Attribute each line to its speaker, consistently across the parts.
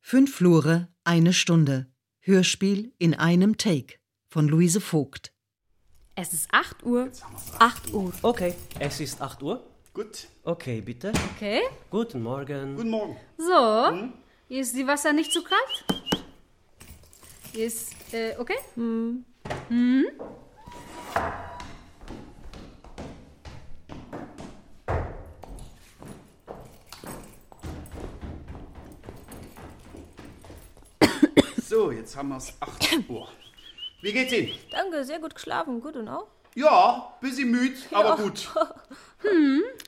Speaker 1: Fünf Flure, eine Stunde. Hörspiel in einem Take von Luise Vogt.
Speaker 2: Es ist 8 Uhr.
Speaker 3: 8 Uhr.
Speaker 4: Okay, es ist 8 Uhr.
Speaker 5: Gut,
Speaker 4: Okay, bitte.
Speaker 2: Okay.
Speaker 4: Guten Morgen.
Speaker 5: guten Morgen.
Speaker 2: So.
Speaker 3: Hm?
Speaker 2: Hier ist die Wasser nicht zu kalt. Hier ist. Äh, okay?
Speaker 5: So, jetzt haben wir es 8 Uhr. Wie geht's Ihnen?
Speaker 3: Danke, sehr gut geschlafen. Gut und auch?
Speaker 5: Ja, bisschen müde, aber gut.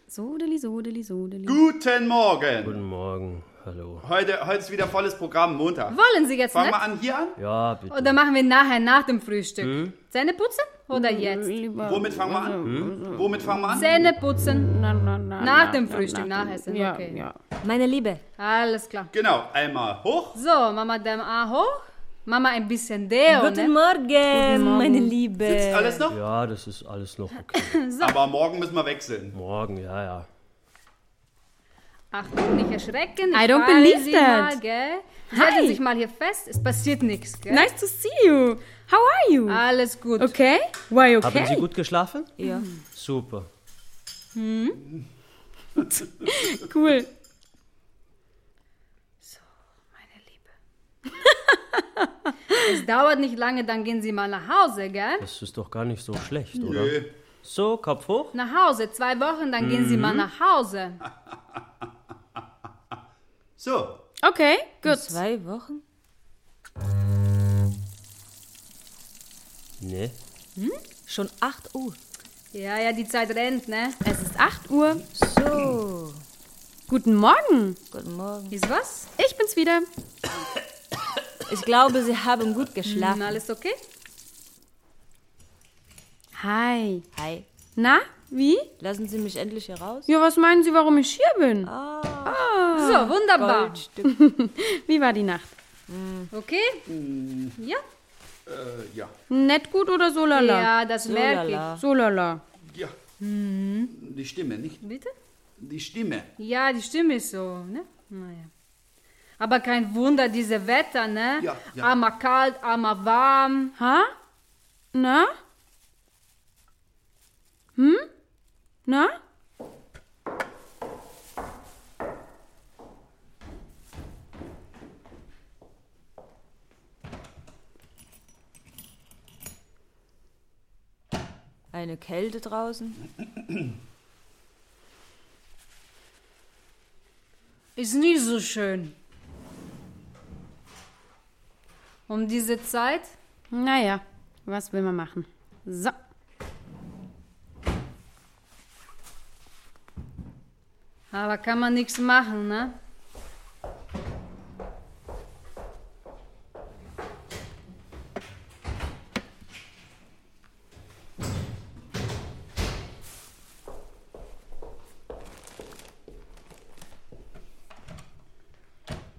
Speaker 2: Sodeli, sodeli, sodeli.
Speaker 5: Guten Morgen.
Speaker 4: Guten Morgen. Hallo.
Speaker 5: Heute, heute ist wieder volles Programm, Montag.
Speaker 2: Wollen Sie jetzt
Speaker 5: Fangen wir
Speaker 2: nicht?
Speaker 5: an hier an?
Speaker 4: Ja, bitte.
Speaker 2: Oder machen wir nachher nach dem Frühstück?
Speaker 3: Hm?
Speaker 2: Zähne putzen? Oder jetzt?
Speaker 3: Lieber.
Speaker 5: Womit fangen wir
Speaker 4: Hm?
Speaker 5: an? Hm? Womit fangen wir an?
Speaker 2: Zähne putzen.
Speaker 3: Na, na, na,
Speaker 2: Nach dem Frühstück, nachessen.
Speaker 3: Ja,
Speaker 2: okay.
Speaker 3: ja. Meine Liebe,
Speaker 2: Alles klar.
Speaker 5: Genau, einmal hoch.
Speaker 2: So, Mama dem A hoch. Mama ein bisschen Deo,
Speaker 3: guten
Speaker 2: ne?
Speaker 3: Morgen, meine Liebe.
Speaker 5: Sitzt alles noch?
Speaker 4: Ja, das ist alles noch okay.
Speaker 5: Aber morgen müssen wir wechseln.
Speaker 4: Morgen, ja, ja.
Speaker 2: Achtung, nicht erschrecken.
Speaker 3: I don't
Speaker 2: falle
Speaker 3: believe
Speaker 2: Sie
Speaker 3: that.
Speaker 2: Mal, gell?
Speaker 3: Hi.
Speaker 2: Halten sich mal hier fest, es passiert nichts, gell?
Speaker 3: Nice to see you. How are you?
Speaker 2: Alles gut.
Speaker 3: Okay? Why okay?
Speaker 4: Haben Sie gut geschlafen?
Speaker 3: Ja.
Speaker 4: Super.
Speaker 3: Cool.
Speaker 2: Meine Liebe. es dauert nicht lange, dann gehen Sie mal nach Hause, gell?
Speaker 4: Das ist doch gar nicht so schlecht, oder?
Speaker 5: Nö.
Speaker 4: So, Kopf hoch.
Speaker 2: Nach Hause, zwei Wochen, dann gehen Sie
Speaker 5: Mhm.
Speaker 2: mal nach Hause.
Speaker 5: So,
Speaker 3: Okay, gut. Zwei Wochen?
Speaker 4: Nee.
Speaker 3: Schon 8 Uhr.
Speaker 2: Ja, ja, die Zeit rennt, ne?
Speaker 3: Es ist 8 Uhr.
Speaker 2: So.
Speaker 3: Guten Morgen. Guten Morgen.
Speaker 2: Ist was?
Speaker 3: Ich bin's wieder. Ich glaube, Sie haben gut geschlafen.
Speaker 2: Alles okay?
Speaker 6: Hi.
Speaker 3: Hi.
Speaker 6: Na, wie?
Speaker 3: Lassen Sie mich endlich hier raus.
Speaker 6: Ja, was meinen Sie, warum ich hier bin?
Speaker 2: Ah.
Speaker 6: Ah,
Speaker 2: So, wunderbar.
Speaker 3: Goldstück.
Speaker 6: Wie war die Nacht?
Speaker 2: Okay? Ja?
Speaker 5: äh, ja.
Speaker 6: Nett gut oder so lala?
Speaker 2: Ja, das merke ich.
Speaker 3: lala.
Speaker 6: So Oh, lala.
Speaker 5: Ja. Die Stimme, nicht?
Speaker 2: Hm. Bitte?
Speaker 5: Die Stimme.
Speaker 2: Ja, die Stimme ist so, ne? Naja. Aber kein Wunder, diese Wetter, ne?
Speaker 5: Ja, ja.
Speaker 2: Einmal kalt, einmal warm.
Speaker 6: Ha? Na? Hm? Na?
Speaker 3: Eine Kälte draußen.
Speaker 2: Ist nie so schön. Um diese Zeit?
Speaker 6: Naja, was will man machen? So.
Speaker 2: Aber kann man nichts machen, ne?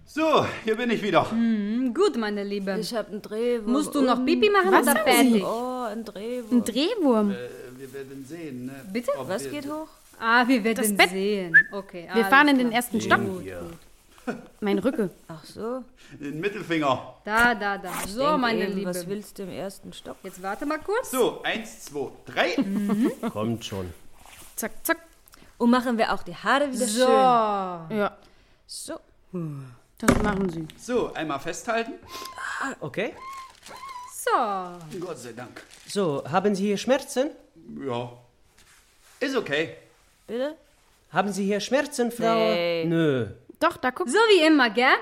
Speaker 5: So, hier bin ich wieder.
Speaker 2: Hm, Gut, meine Liebe.
Speaker 3: Ich habe einen Drehwurm.
Speaker 2: Musst du noch Pipi machen
Speaker 6: Was
Speaker 2: oder
Speaker 6: haben
Speaker 2: fertig?
Speaker 3: Oh, ein Drehwurm.
Speaker 6: Ein Drehwurm.
Speaker 5: Äh, wir werden sehen, ne?
Speaker 2: Bitte?
Speaker 5: ob
Speaker 3: Was
Speaker 5: wir-
Speaker 3: geht hoch?
Speaker 2: Ah, wir werden
Speaker 6: Bett.
Speaker 2: sehen. Okay.
Speaker 6: Wir
Speaker 2: alles
Speaker 6: fahren in den
Speaker 2: klar.
Speaker 6: ersten Stock.
Speaker 4: Ja.
Speaker 6: Mein Rücken.
Speaker 3: Ach so.
Speaker 5: Den Mittelfinger.
Speaker 2: Da, da, da. So,
Speaker 3: Denk
Speaker 2: meine
Speaker 3: eben,
Speaker 2: Liebe.
Speaker 3: Was willst du im ersten Stock?
Speaker 2: Jetzt warte mal kurz.
Speaker 5: So, eins, zwei, drei.
Speaker 2: Hm.
Speaker 4: Kommt schon.
Speaker 6: Zack, zack.
Speaker 3: Und machen wir auch die Haare wieder schön.
Speaker 2: So.
Speaker 6: Ja,
Speaker 3: So.
Speaker 6: Ah. das machen sie.
Speaker 5: So, einmal festhalten.
Speaker 4: Okay.
Speaker 2: So.
Speaker 5: Gott sei Dank.
Speaker 4: So, haben Sie hier Schmerzen?
Speaker 5: Ja. Ist okay.
Speaker 3: Bitte?
Speaker 4: Haben Sie hier Schmerzen, Frau?
Speaker 3: Nee.
Speaker 4: Nö.
Speaker 6: Doch, da guckst
Speaker 2: So wie immer, gell?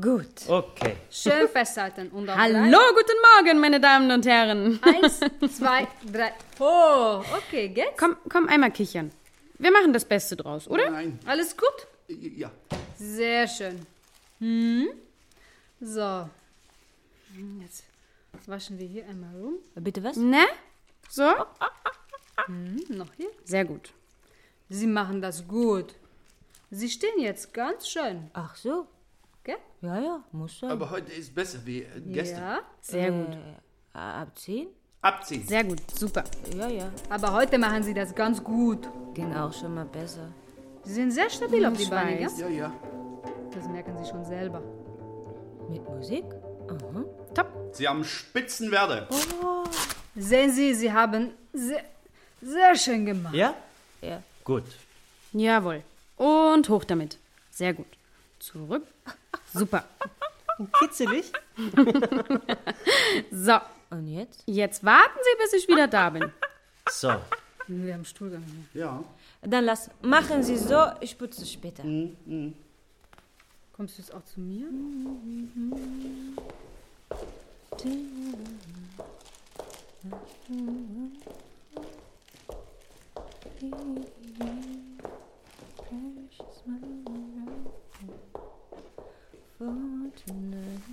Speaker 3: Gut.
Speaker 4: Okay.
Speaker 2: Schön festhalten. Und auf
Speaker 6: Hallo, guten Morgen, meine Damen und Herren.
Speaker 2: Drei. Eins, zwei, drei. Oh, okay, geht's?
Speaker 6: Komm, komm, einmal kichern. Wir machen das Beste draus, oder?
Speaker 5: Nein.
Speaker 2: Alles gut?
Speaker 5: Ja.
Speaker 2: Sehr schön. Hm. So. Hm, Jetzt waschen wir hier einmal rum.
Speaker 3: Bitte was?
Speaker 6: Ne? So?
Speaker 2: Hm, Noch hier.
Speaker 6: Sehr gut.
Speaker 2: Sie machen das gut. Sie stehen jetzt ganz schön,
Speaker 3: Ach so.
Speaker 2: gell?
Speaker 3: Ja, ja. Muss sein.
Speaker 5: Aber heute ist besser wie äh, gestern.
Speaker 2: Ja.
Speaker 6: Sehr gut.
Speaker 3: Ah, Ab 10?
Speaker 5: Abziehen.
Speaker 6: Sehr gut. Super.
Speaker 3: Ja, ja.
Speaker 2: Aber heute machen sie das ganz gut.
Speaker 3: Ging auch schon mal besser.
Speaker 2: Sie sind sehr stabil auf die
Speaker 6: ich
Speaker 2: Beine,
Speaker 6: weiß.
Speaker 2: gell?
Speaker 5: Ja, ja.
Speaker 2: Das merken Sie schon selber.
Speaker 3: Mit Musik? Aha.
Speaker 6: Top.
Speaker 5: Sie haben Spitzenwerte.
Speaker 2: Sehen Sie, Sie haben sehr, sehr schön gemacht.
Speaker 4: Ja?
Speaker 3: Ja.
Speaker 4: Gut.
Speaker 6: Jawohl. Und hoch damit. Sehr gut. Zurück. Super.
Speaker 4: Kitzelig?
Speaker 6: So,
Speaker 3: Und jetzt?
Speaker 6: jetzt warten Sie, bis ich wieder da bin.
Speaker 4: So.
Speaker 2: Wir haben Stuhlgang hier.
Speaker 5: Ja.
Speaker 3: Dann lass. Machen Sie so, ich putze später.
Speaker 6: Mhm.
Speaker 2: Kommst du jetzt auch zu mir?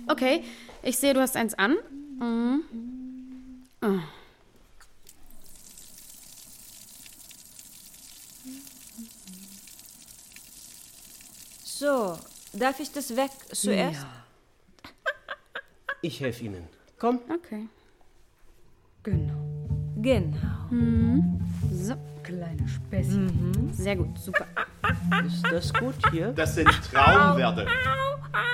Speaker 6: Okay, ich sehe, du hast eins an. Mhm. Ah.
Speaker 3: So, darf ich das weg zuerst?
Speaker 4: Ich helfe Ihnen. Komm.
Speaker 6: Okay.
Speaker 2: Genau.
Speaker 3: Genau.
Speaker 2: So, kleine Späßchen.
Speaker 6: Sehr gut, super.
Speaker 4: Ist das gut hier?
Speaker 5: Das sind Traumwerte.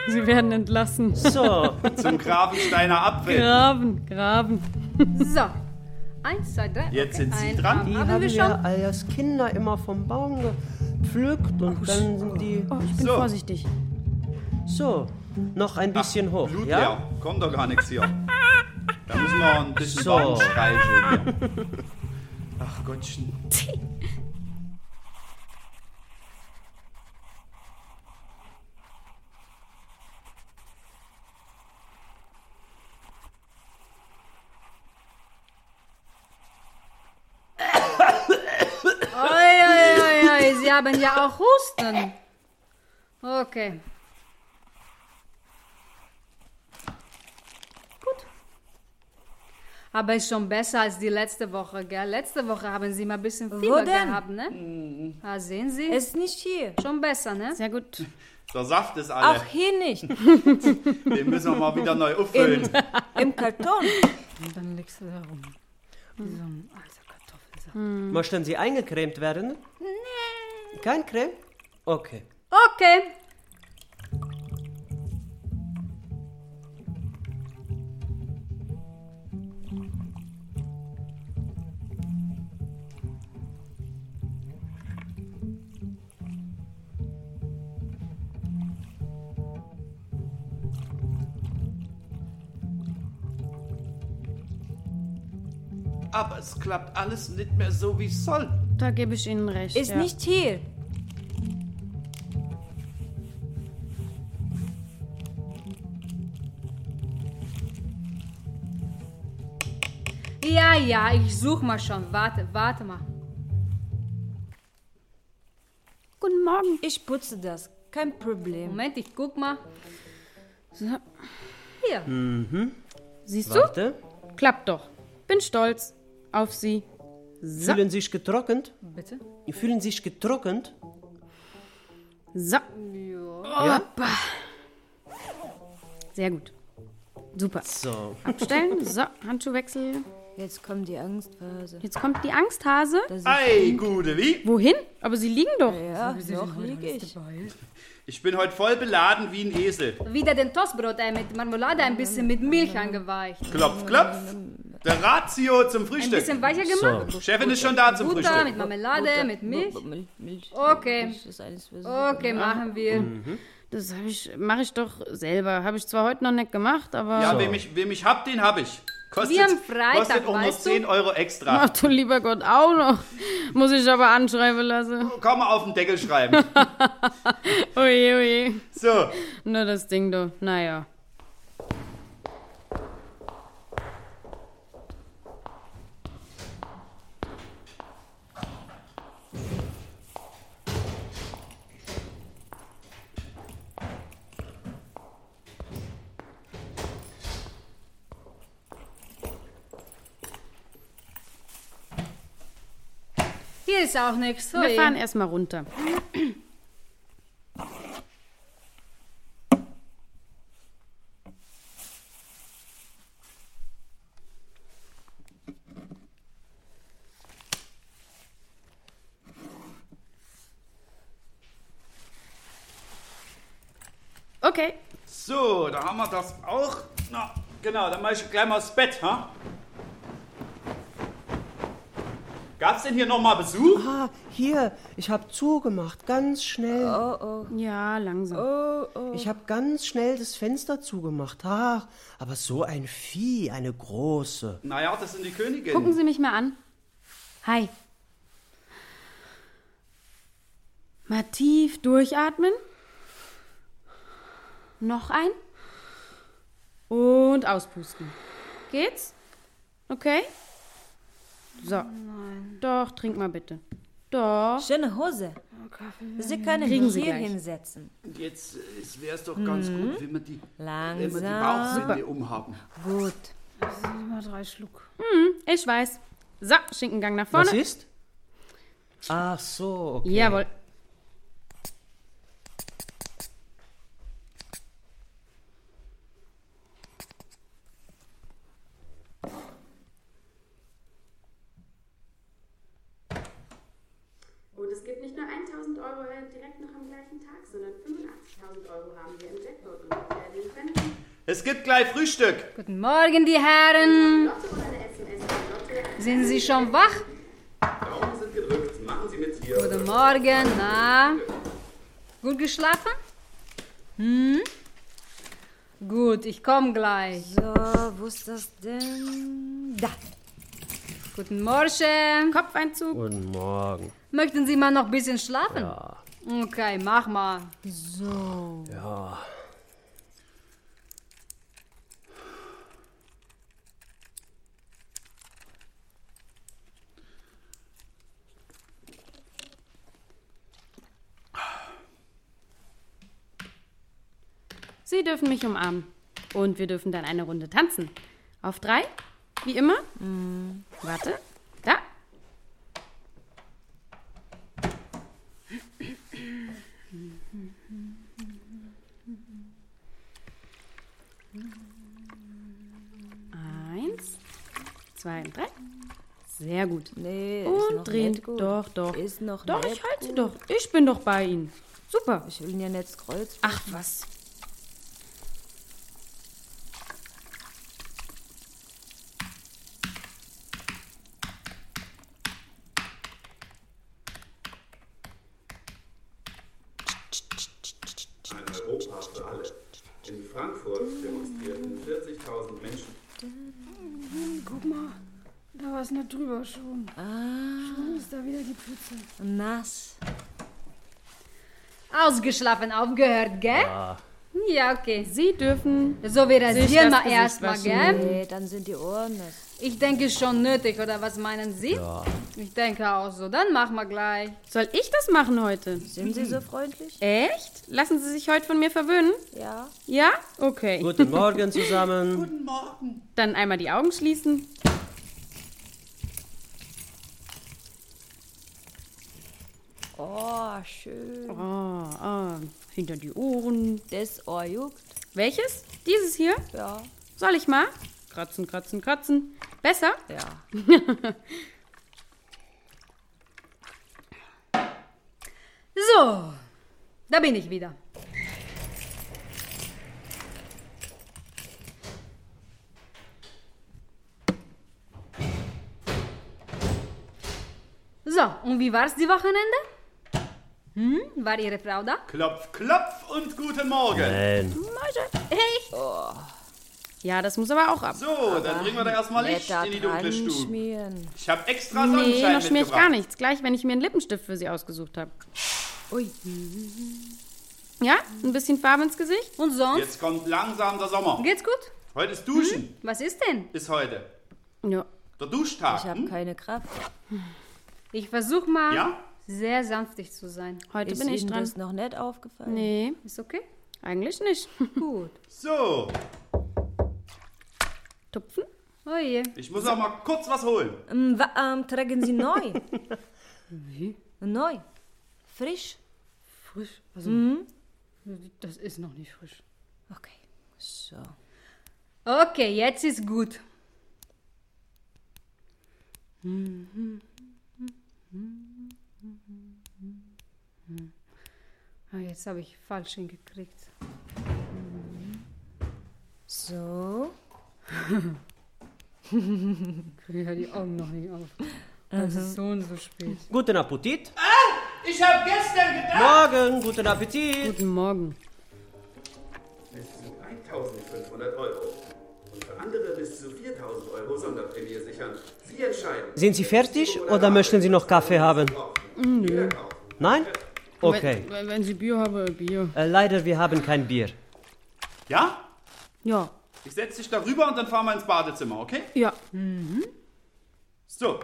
Speaker 6: Sie werden entlassen.
Speaker 4: So.
Speaker 5: Zum Grafensteiner Apfel.
Speaker 6: Graben, graben.
Speaker 2: So. Eins, zwei, drei.
Speaker 5: Jetzt sind Sie
Speaker 2: ein
Speaker 5: dran.
Speaker 2: Arm
Speaker 4: Die
Speaker 2: haben wir schon.
Speaker 4: ja als Kinder immer vom Baum gepflückt und dann sind die.
Speaker 6: Oh, ich bin
Speaker 5: So.
Speaker 6: vorsichtig.
Speaker 4: So. Noch ein bisschen hoch.
Speaker 5: Blut
Speaker 4: Ja?
Speaker 5: leer. Kommt doch gar nichts hier. Da müssen wir ein bisschen
Speaker 4: So.
Speaker 5: Baum streicheln. hier. Ach Gottchen.
Speaker 2: Oi, oi, oi, oi, Sie haben ja auch Husten. Okay. Gut. Aber ist schon besser als die letzte Woche, gell? Letzte Woche haben Sie mal ein bisschen Fieber
Speaker 3: denn?
Speaker 2: gehabt, ne? Ah, sehen Sie?
Speaker 3: Es ist nicht hier.
Speaker 2: schon besser, ne?
Speaker 6: Sehr gut.
Speaker 5: Der Saft ist alle.
Speaker 3: Auch hier nicht.
Speaker 5: Den müssen wir mal wieder neu auffüllen.
Speaker 3: Im Karton.
Speaker 2: Und dann liegst du da rum. Wie so ein alter Kartoffelsack.
Speaker 4: Möchten Sie eingecremt werden? Nee. Kein Creme? Okay.
Speaker 2: Okay.
Speaker 5: Aber es klappt alles nicht mehr so, wie es soll.
Speaker 6: Da gebe ich Ihnen recht.
Speaker 3: Ist
Speaker 6: ja.
Speaker 3: nicht hier.
Speaker 2: Ja, ja, ich suche mal schon. Warte, warte mal.
Speaker 6: Guten Morgen.
Speaker 3: Ich putze das. Kein Problem.
Speaker 2: Moment, ich guck mal.
Speaker 6: So.
Speaker 2: Hier.
Speaker 6: Siehst du?
Speaker 4: Warte.
Speaker 6: Klappt doch. Bin stolz auf Sie. So.
Speaker 4: Fühlen sich getrocknet?
Speaker 2: Bitte?
Speaker 4: Fühlen sich getrocknet?
Speaker 6: So.
Speaker 4: Ja?
Speaker 6: Sehr gut. Super.
Speaker 4: So.
Speaker 6: Abstellen. So, Handschuhwechsel.
Speaker 3: Jetzt kommt die Angstphase.
Speaker 6: Jetzt kommt die Angsthase.
Speaker 5: Ei, gute, wie?
Speaker 6: Wohin? Aber Sie liegen doch.
Speaker 3: Ja, doch lieg ich.
Speaker 5: Ich bin heute voll beladen wie ein Esel.
Speaker 2: Wieder den Toastbrot äh, mit Marmelade, ein bisschen mit Milch angeweicht.
Speaker 5: Klopf, klopf. Der Ratio zum
Speaker 2: Ein
Speaker 5: Frühstück.
Speaker 2: bisschen weicher gemacht.
Speaker 5: Chefin ist schon da zum
Speaker 2: Butter mit
Speaker 5: Frühstück.
Speaker 2: Marmelade, mit Milch.
Speaker 3: Milch. Milch.
Speaker 2: Okay.
Speaker 3: Milch ist alles für so-
Speaker 2: Okay, machen wir.
Speaker 6: Das hab ich, mache ich doch selber. Habe ich zwar heute noch nicht gemacht, aber.
Speaker 5: Ja, wem ich, wem ich hab, den hab ich. Kostet,
Speaker 2: Wir haben Freitag,
Speaker 5: kostet auch nur
Speaker 2: weißt du?
Speaker 5: 10 Euro extra.
Speaker 6: Ach du lieber Gott, auch noch. Muss ich aber anschreiben lassen.
Speaker 5: Komm mal auf den Deckel schreiben.
Speaker 6: Oje, oje.
Speaker 5: So,
Speaker 6: Nur das Ding da. Naja.
Speaker 2: Hier ist auch nichts.
Speaker 6: Wir
Speaker 2: Hui.
Speaker 6: fahren erstmal runter. Okay.
Speaker 5: So, da haben wir das auch. Na, genau, dann mache ich gleich mal das Bett, ha? Gab's denn hier nochmal Besuch?
Speaker 4: Ah, hier, ich habe zugemacht, ganz schnell.
Speaker 6: Ja, langsam.
Speaker 4: Ich habe ganz schnell das Fenster zugemacht. Ach, aber so ein Vieh, eine große.
Speaker 5: Naja, das sind die Königin.
Speaker 6: Gucken Sie mich mal an. Hi. Mal tief durchatmen. Noch ein. Und auspusten. Geht's? Okay? So. Doch, trink mal bitte. Doch.
Speaker 3: Schöne Hose. Sie können
Speaker 6: Kriegen
Speaker 3: mich
Speaker 6: Sie
Speaker 3: hier
Speaker 6: gleich.
Speaker 3: hinsetzen.
Speaker 5: Jetzt wäre es doch ganz
Speaker 2: Mhm.
Speaker 5: gut, wenn wir die,
Speaker 6: Äh.
Speaker 5: wenn wir die
Speaker 3: Langsam.
Speaker 5: Bauchsinne umhaben.
Speaker 3: Gut.
Speaker 2: Immer drei Schluck.
Speaker 6: Ich weiß. So, Schinkengang nach vorne.
Speaker 4: Was ist? Ach so, okay.
Speaker 6: Jawohl.
Speaker 7: Und es gibt nicht nur 1000 Euro direkt noch am gleichen Tag, sondern 85.000 Euro haben wir im Jackpot und werden können.
Speaker 5: Es gibt gleich Frühstück.
Speaker 2: Guten Morgen, die Herren.
Speaker 7: Lotto oder eine SMS von Lotto
Speaker 2: Sind Sie schon wach?
Speaker 5: Daumen sind gedrückt. Machen Sie mit hier.
Speaker 2: Guten Morgen, na? Gut geschlafen? Hm? Gut, ich komme gleich.
Speaker 3: So, wo ist das denn? Da.
Speaker 2: Guten Morgen.
Speaker 6: Kopfeinzug.
Speaker 4: Guten Morgen.
Speaker 2: Möchten Sie mal noch ein bisschen schlafen? Okay, mach mal.
Speaker 4: Ja.
Speaker 6: Sie dürfen mich umarmen. Und wir dürfen dann eine Runde tanzen. Auf drei, wie immer.
Speaker 3: Mm.
Speaker 6: Warte, da. Eins, zwei und drei. Sehr gut.
Speaker 3: Nee, ist noch
Speaker 6: Und drehen.
Speaker 3: nicht gut.
Speaker 6: Doch, doch.
Speaker 3: Ist noch
Speaker 6: doch,
Speaker 3: nicht
Speaker 6: ich halte sie
Speaker 3: gut.
Speaker 6: doch. Ich bin doch bei Ihnen. Super.
Speaker 3: Ich will ihn ja nicht kreuz.
Speaker 6: Ach was.
Speaker 5: Ein Europa für alle. In Frankfurt demonstrierten 40.000 Menschen.
Speaker 7: Da war es nicht drüber schon. Ah. Schon ist da wieder die Pfütze.
Speaker 3: Nass.
Speaker 2: Ausgeschlafen aufgehört, gell? Ja. Ja, okay.
Speaker 6: Sie dürfen
Speaker 2: So, wir rasieren
Speaker 6: das
Speaker 2: mal
Speaker 6: Gesicht
Speaker 2: erstmal,
Speaker 6: waschen.
Speaker 2: gell?
Speaker 3: Nee, dann sind die Ohren nass.
Speaker 2: Ich denke schon nötig, oder was meinen Sie? Ja. Ich denke auch so. Dann machen wir gleich.
Speaker 6: Soll ich das machen heute?
Speaker 3: Sind Sie so freundlich?
Speaker 6: Echt? Lassen Sie sich heute von mir verwöhnen?
Speaker 3: Ja.
Speaker 6: Ja? Okay.
Speaker 4: Guten Morgen zusammen.
Speaker 6: Dann einmal die Augen schließen.
Speaker 3: Oh, schön.
Speaker 6: Oh, oh, hinter die Ohren.
Speaker 3: Das Ohr juckt.
Speaker 6: Welches? Dieses hier?
Speaker 3: Ja.
Speaker 6: Soll ich mal? Kratzen, kratzen, kratzen. Besser?
Speaker 3: Ja.
Speaker 2: So, da bin ich wieder. So, und wie war's die Wochenende? Hm, war Ihre Frau da?
Speaker 5: Klopf, klopf und guten Morgen.
Speaker 4: Nein.
Speaker 2: Echt?
Speaker 6: Ja, das muss aber auch ab.
Speaker 5: So, dann bringen wir da erstmal Licht
Speaker 3: Blätter
Speaker 5: in die dunkle
Speaker 3: dran
Speaker 5: Stube.
Speaker 3: schmieren.
Speaker 5: Ich habe extra
Speaker 6: Nee,
Speaker 5: Sonnenschein
Speaker 6: noch schmier ich
Speaker 5: mitgebracht.
Speaker 6: gar nichts. Gleich, wenn ich mir einen Lippenstift für Sie ausgesucht habe.
Speaker 3: Ui.
Speaker 6: Ja? Ein bisschen Farbe ins Gesicht?
Speaker 2: Und sonst?
Speaker 5: Jetzt kommt langsam der Sommer.
Speaker 2: Geht's gut?
Speaker 5: Heute ist Duschen.
Speaker 2: Was ist denn?
Speaker 5: Ist heute.
Speaker 6: Ja.
Speaker 5: Der Duschtag. hm?
Speaker 3: Ich habe keine Kraft.
Speaker 2: Ich versuch mal,
Speaker 5: Ja?
Speaker 2: sehr sanftig zu sein.
Speaker 6: Heute
Speaker 3: Ist
Speaker 6: bin ich
Speaker 3: Ihnen
Speaker 6: dran.
Speaker 3: das noch nicht aufgefallen?
Speaker 6: Nee,
Speaker 2: Ist okay?
Speaker 6: eigentlich nicht.
Speaker 2: Gut.
Speaker 5: So,
Speaker 6: Tupfen?
Speaker 2: Oh je.
Speaker 5: ich muss auch mal kurz was holen.
Speaker 3: Ähm, wa- ähm, tragen Sie neu. Wie? Neu. Frisch. Mhm.
Speaker 2: Frisch. Also, Das ist noch nicht frisch.
Speaker 3: Okay. So.
Speaker 2: Okay, jetzt ist gut. Ah, Jetzt habe ich falsch hingekriegt.
Speaker 8: So.
Speaker 2: Ich höre die Augen noch nicht auf. Es ist so und so spät.
Speaker 4: Guten Appetit.
Speaker 5: Ich habe gestern gedacht.
Speaker 4: Morgen, guten Appetit.
Speaker 6: Guten Morgen.
Speaker 5: Es sind 1500 Euro. Und für andere bis zu 4000 Euro Sonderprämie sichern. Sie entscheiden.
Speaker 4: Sind Sie fertig oder möchten Sie noch Kaffee haben?
Speaker 5: Nö.
Speaker 4: Nein? Okay.
Speaker 6: Wenn, wenn- wenn Sie Bier haben, Bier.
Speaker 4: Äh, leider, wir haben kein Bier.
Speaker 5: Ja?
Speaker 6: Ja,
Speaker 5: Ich setze dich darüber und dann fahren wir ins Badezimmer, okay?
Speaker 6: ja.
Speaker 5: So.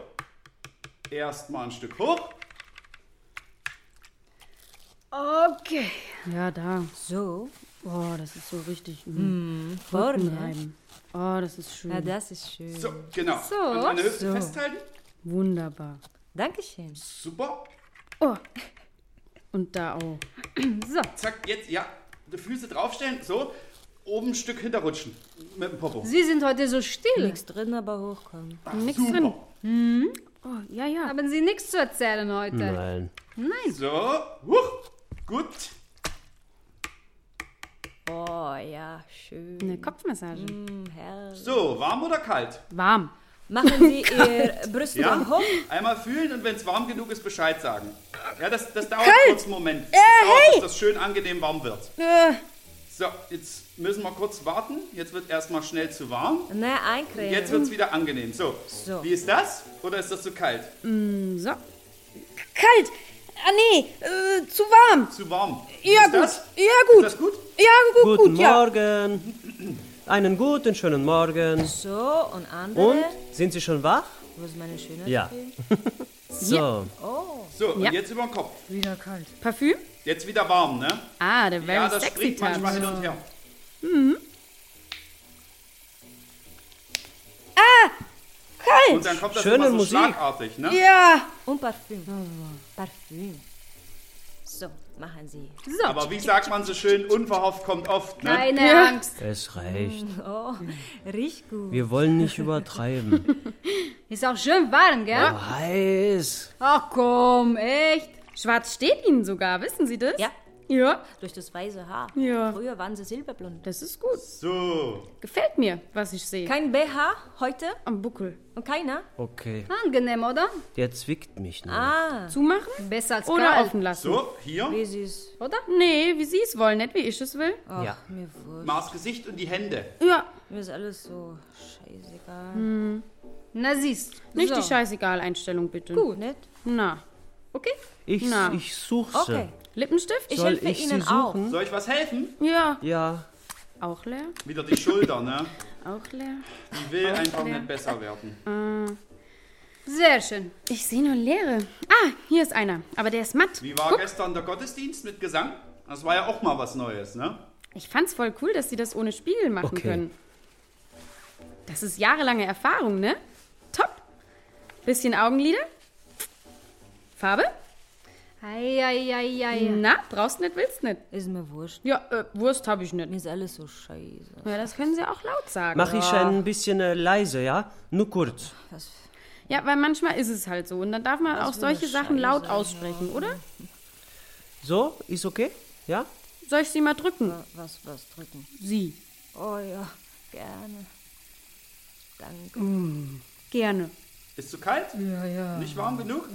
Speaker 5: Erstmal ein Stück hoch.
Speaker 8: Okay.
Speaker 6: Ja, da.
Speaker 3: So?
Speaker 6: Boah, das ist so richtig. Mm.
Speaker 3: Vorne?
Speaker 6: Reiben. Oh, das ist schön.
Speaker 3: Ja, das ist schön.
Speaker 5: So, genau. So. Und an der Hüfte festhalten.
Speaker 6: Wunderbar.
Speaker 3: Dankeschön.
Speaker 5: Super.
Speaker 6: Und da auch.
Speaker 5: Zack, jetzt, ja. Die Füße draufstellen. So. Oben ein Stück hinterrutschen. Mit dem Popo.
Speaker 2: Sie sind heute so still.
Speaker 3: Nichts drin, aber hochkommen.
Speaker 5: Ach, super.
Speaker 6: Oh, ja, ja.
Speaker 2: Haben Sie nichts zu erzählen heute?
Speaker 4: Nein.
Speaker 5: So. Huch. Gut.
Speaker 3: Oh, ja, schön.
Speaker 6: Eine Kopfmassage.
Speaker 3: Hm, herrlich.
Speaker 5: So, warm oder kalt?
Speaker 6: Warm.
Speaker 3: Machen Sie Ihr Brüstung
Speaker 5: Ja?
Speaker 3: hoch.
Speaker 5: Einmal fühlen und wenn es warm genug ist, Bescheid sagen. Ja, das, das dauert kurz einen Moment.
Speaker 8: Äh,
Speaker 5: Das dauert, bis das schön angenehm warm wird. So, jetzt müssen wir kurz warten. Jetzt wird erstmal schnell zu warm.
Speaker 3: Ne,
Speaker 8: Äh.
Speaker 3: eincremen.
Speaker 5: Jetzt wird es wieder angenehm. So.
Speaker 3: So.
Speaker 5: wie ist das? Oder ist das zu kalt?
Speaker 6: So.
Speaker 8: Kalt. Ah, nee. Äh, zu warm.
Speaker 5: Zu warm? Wie
Speaker 8: Ja,
Speaker 5: ist
Speaker 8: gut.
Speaker 5: Das?
Speaker 8: Ja,
Speaker 5: Ist
Speaker 8: gut.
Speaker 5: das gut?
Speaker 8: Ja, gut,
Speaker 4: Guten
Speaker 8: gut, ja.
Speaker 4: Morgen. Einen guten, schönen Morgen.
Speaker 3: So, und andere.
Speaker 4: Und? Sind Sie schon wach?
Speaker 3: Wo ist meine schöne?
Speaker 4: Ja. So.
Speaker 5: So, und jetzt über den Kopf.
Speaker 2: Wieder kalt.
Speaker 6: Parfüm?
Speaker 5: Jetzt wieder warm, ne?
Speaker 6: Ah, der Very
Speaker 5: ja, das
Speaker 6: Sexy
Speaker 5: springt manchmal hin
Speaker 6: Tanz.
Speaker 5: und her.
Speaker 8: Kalt.
Speaker 5: Und dann kommt das
Speaker 4: Schöne
Speaker 5: immer so
Speaker 4: Musik.
Speaker 5: schlagartig, ne?
Speaker 8: Ja.
Speaker 3: Und Parfüm. Oh, Parfüm. So, machen Sie.
Speaker 5: Aber wie sagt man so schön, unverhofft kommt oft, ne?
Speaker 2: Keine Angst.
Speaker 4: Es reicht.
Speaker 3: Oh, riecht gut.
Speaker 4: Wir wollen nicht übertreiben. Oh,
Speaker 2: Ist auch schön warm, gell?
Speaker 4: Heiß.
Speaker 2: Ach komm, echt?
Speaker 6: Schwarz steht Ihnen sogar, wissen Sie das?
Speaker 3: Ja,
Speaker 6: Ja,
Speaker 3: durch das weiße Haar.
Speaker 6: Ja.
Speaker 3: Früher waren Sie silberblond.
Speaker 6: das ist gut.
Speaker 5: So.
Speaker 6: Gefällt mir, was ich sehe.
Speaker 3: Kein BH heute
Speaker 6: Am Buckel.
Speaker 3: und keiner.
Speaker 4: Okay.
Speaker 2: Angenehm, oder?
Speaker 4: Der zwickt mich nicht.
Speaker 3: Ah,
Speaker 6: Zumachen
Speaker 2: Besser als
Speaker 6: oder
Speaker 2: kalt.
Speaker 6: offen lassen?
Speaker 5: So, hier.
Speaker 3: wie süß.
Speaker 6: Hm. Oder? Oh. Nee, wie Sie es wollen, nicht wie ich es will.
Speaker 3: Ach,
Speaker 4: Ja.
Speaker 3: mir wurscht.
Speaker 5: Maß Gesicht und die Hände.
Speaker 6: Ja,
Speaker 3: Mir ist alles so scheißegal.
Speaker 2: Na siehst.
Speaker 6: nicht
Speaker 2: so.
Speaker 6: die Scheißegal-Einstellung bitte.
Speaker 3: Gut. Nicht?
Speaker 6: Na, okay.
Speaker 4: Ich,
Speaker 6: Na.
Speaker 4: ich suche sie.
Speaker 3: Okay.
Speaker 6: Lippenstift?
Speaker 3: Ich
Speaker 4: Soll
Speaker 3: helfe
Speaker 4: ich
Speaker 3: Ihnen
Speaker 4: sie suchen?
Speaker 5: Soll ich was helfen?
Speaker 6: ja.
Speaker 4: Ja.
Speaker 6: Auch leer?
Speaker 5: Wieder die Schulter, ne?
Speaker 6: Auch leer.
Speaker 5: Ich will einfach nicht besser werden.
Speaker 2: Sehr schön.
Speaker 6: Ich sehe nur leere. Ah, hier ist einer. Aber der ist matt.
Speaker 5: Wie war gestern der Gottesdienst mit Gesang? Das war ja auch mal was Neues, ne?
Speaker 6: Ich fand's voll cool, dass sie das ohne Spiegel machen
Speaker 4: Okay.
Speaker 6: können. Das ist jahrelange Erfahrung, ne? Top. Bisschen Augenlider? Farbe?
Speaker 2: Eieieiei.
Speaker 6: Na, brauchst nicht, willst nicht.
Speaker 3: Ist mir wurscht.
Speaker 6: Ja, äh, Wurst habe ich
Speaker 3: Mir
Speaker 6: nicht.
Speaker 3: ist alles so scheiße.
Speaker 6: Ja, das können sie auch laut sagen.
Speaker 4: Mach ich ein bisschen äh, leise, ja? Nur kurz.
Speaker 6: Ja, weil manchmal ist es halt so. Und dann darf man auch
Speaker 3: für
Speaker 6: solche
Speaker 3: eine
Speaker 6: Sachen
Speaker 3: Scheiße,
Speaker 6: laut
Speaker 3: ja.
Speaker 6: aussprechen, oder?
Speaker 4: So, ist okay? Ja?
Speaker 6: Soll ich sie mal drücken?
Speaker 3: Was, was drücken?
Speaker 6: Sie.
Speaker 3: Oh ja, gerne. Danke.
Speaker 6: Gerne.
Speaker 5: Ist zu kalt? Ja, ja. Nicht warm genug?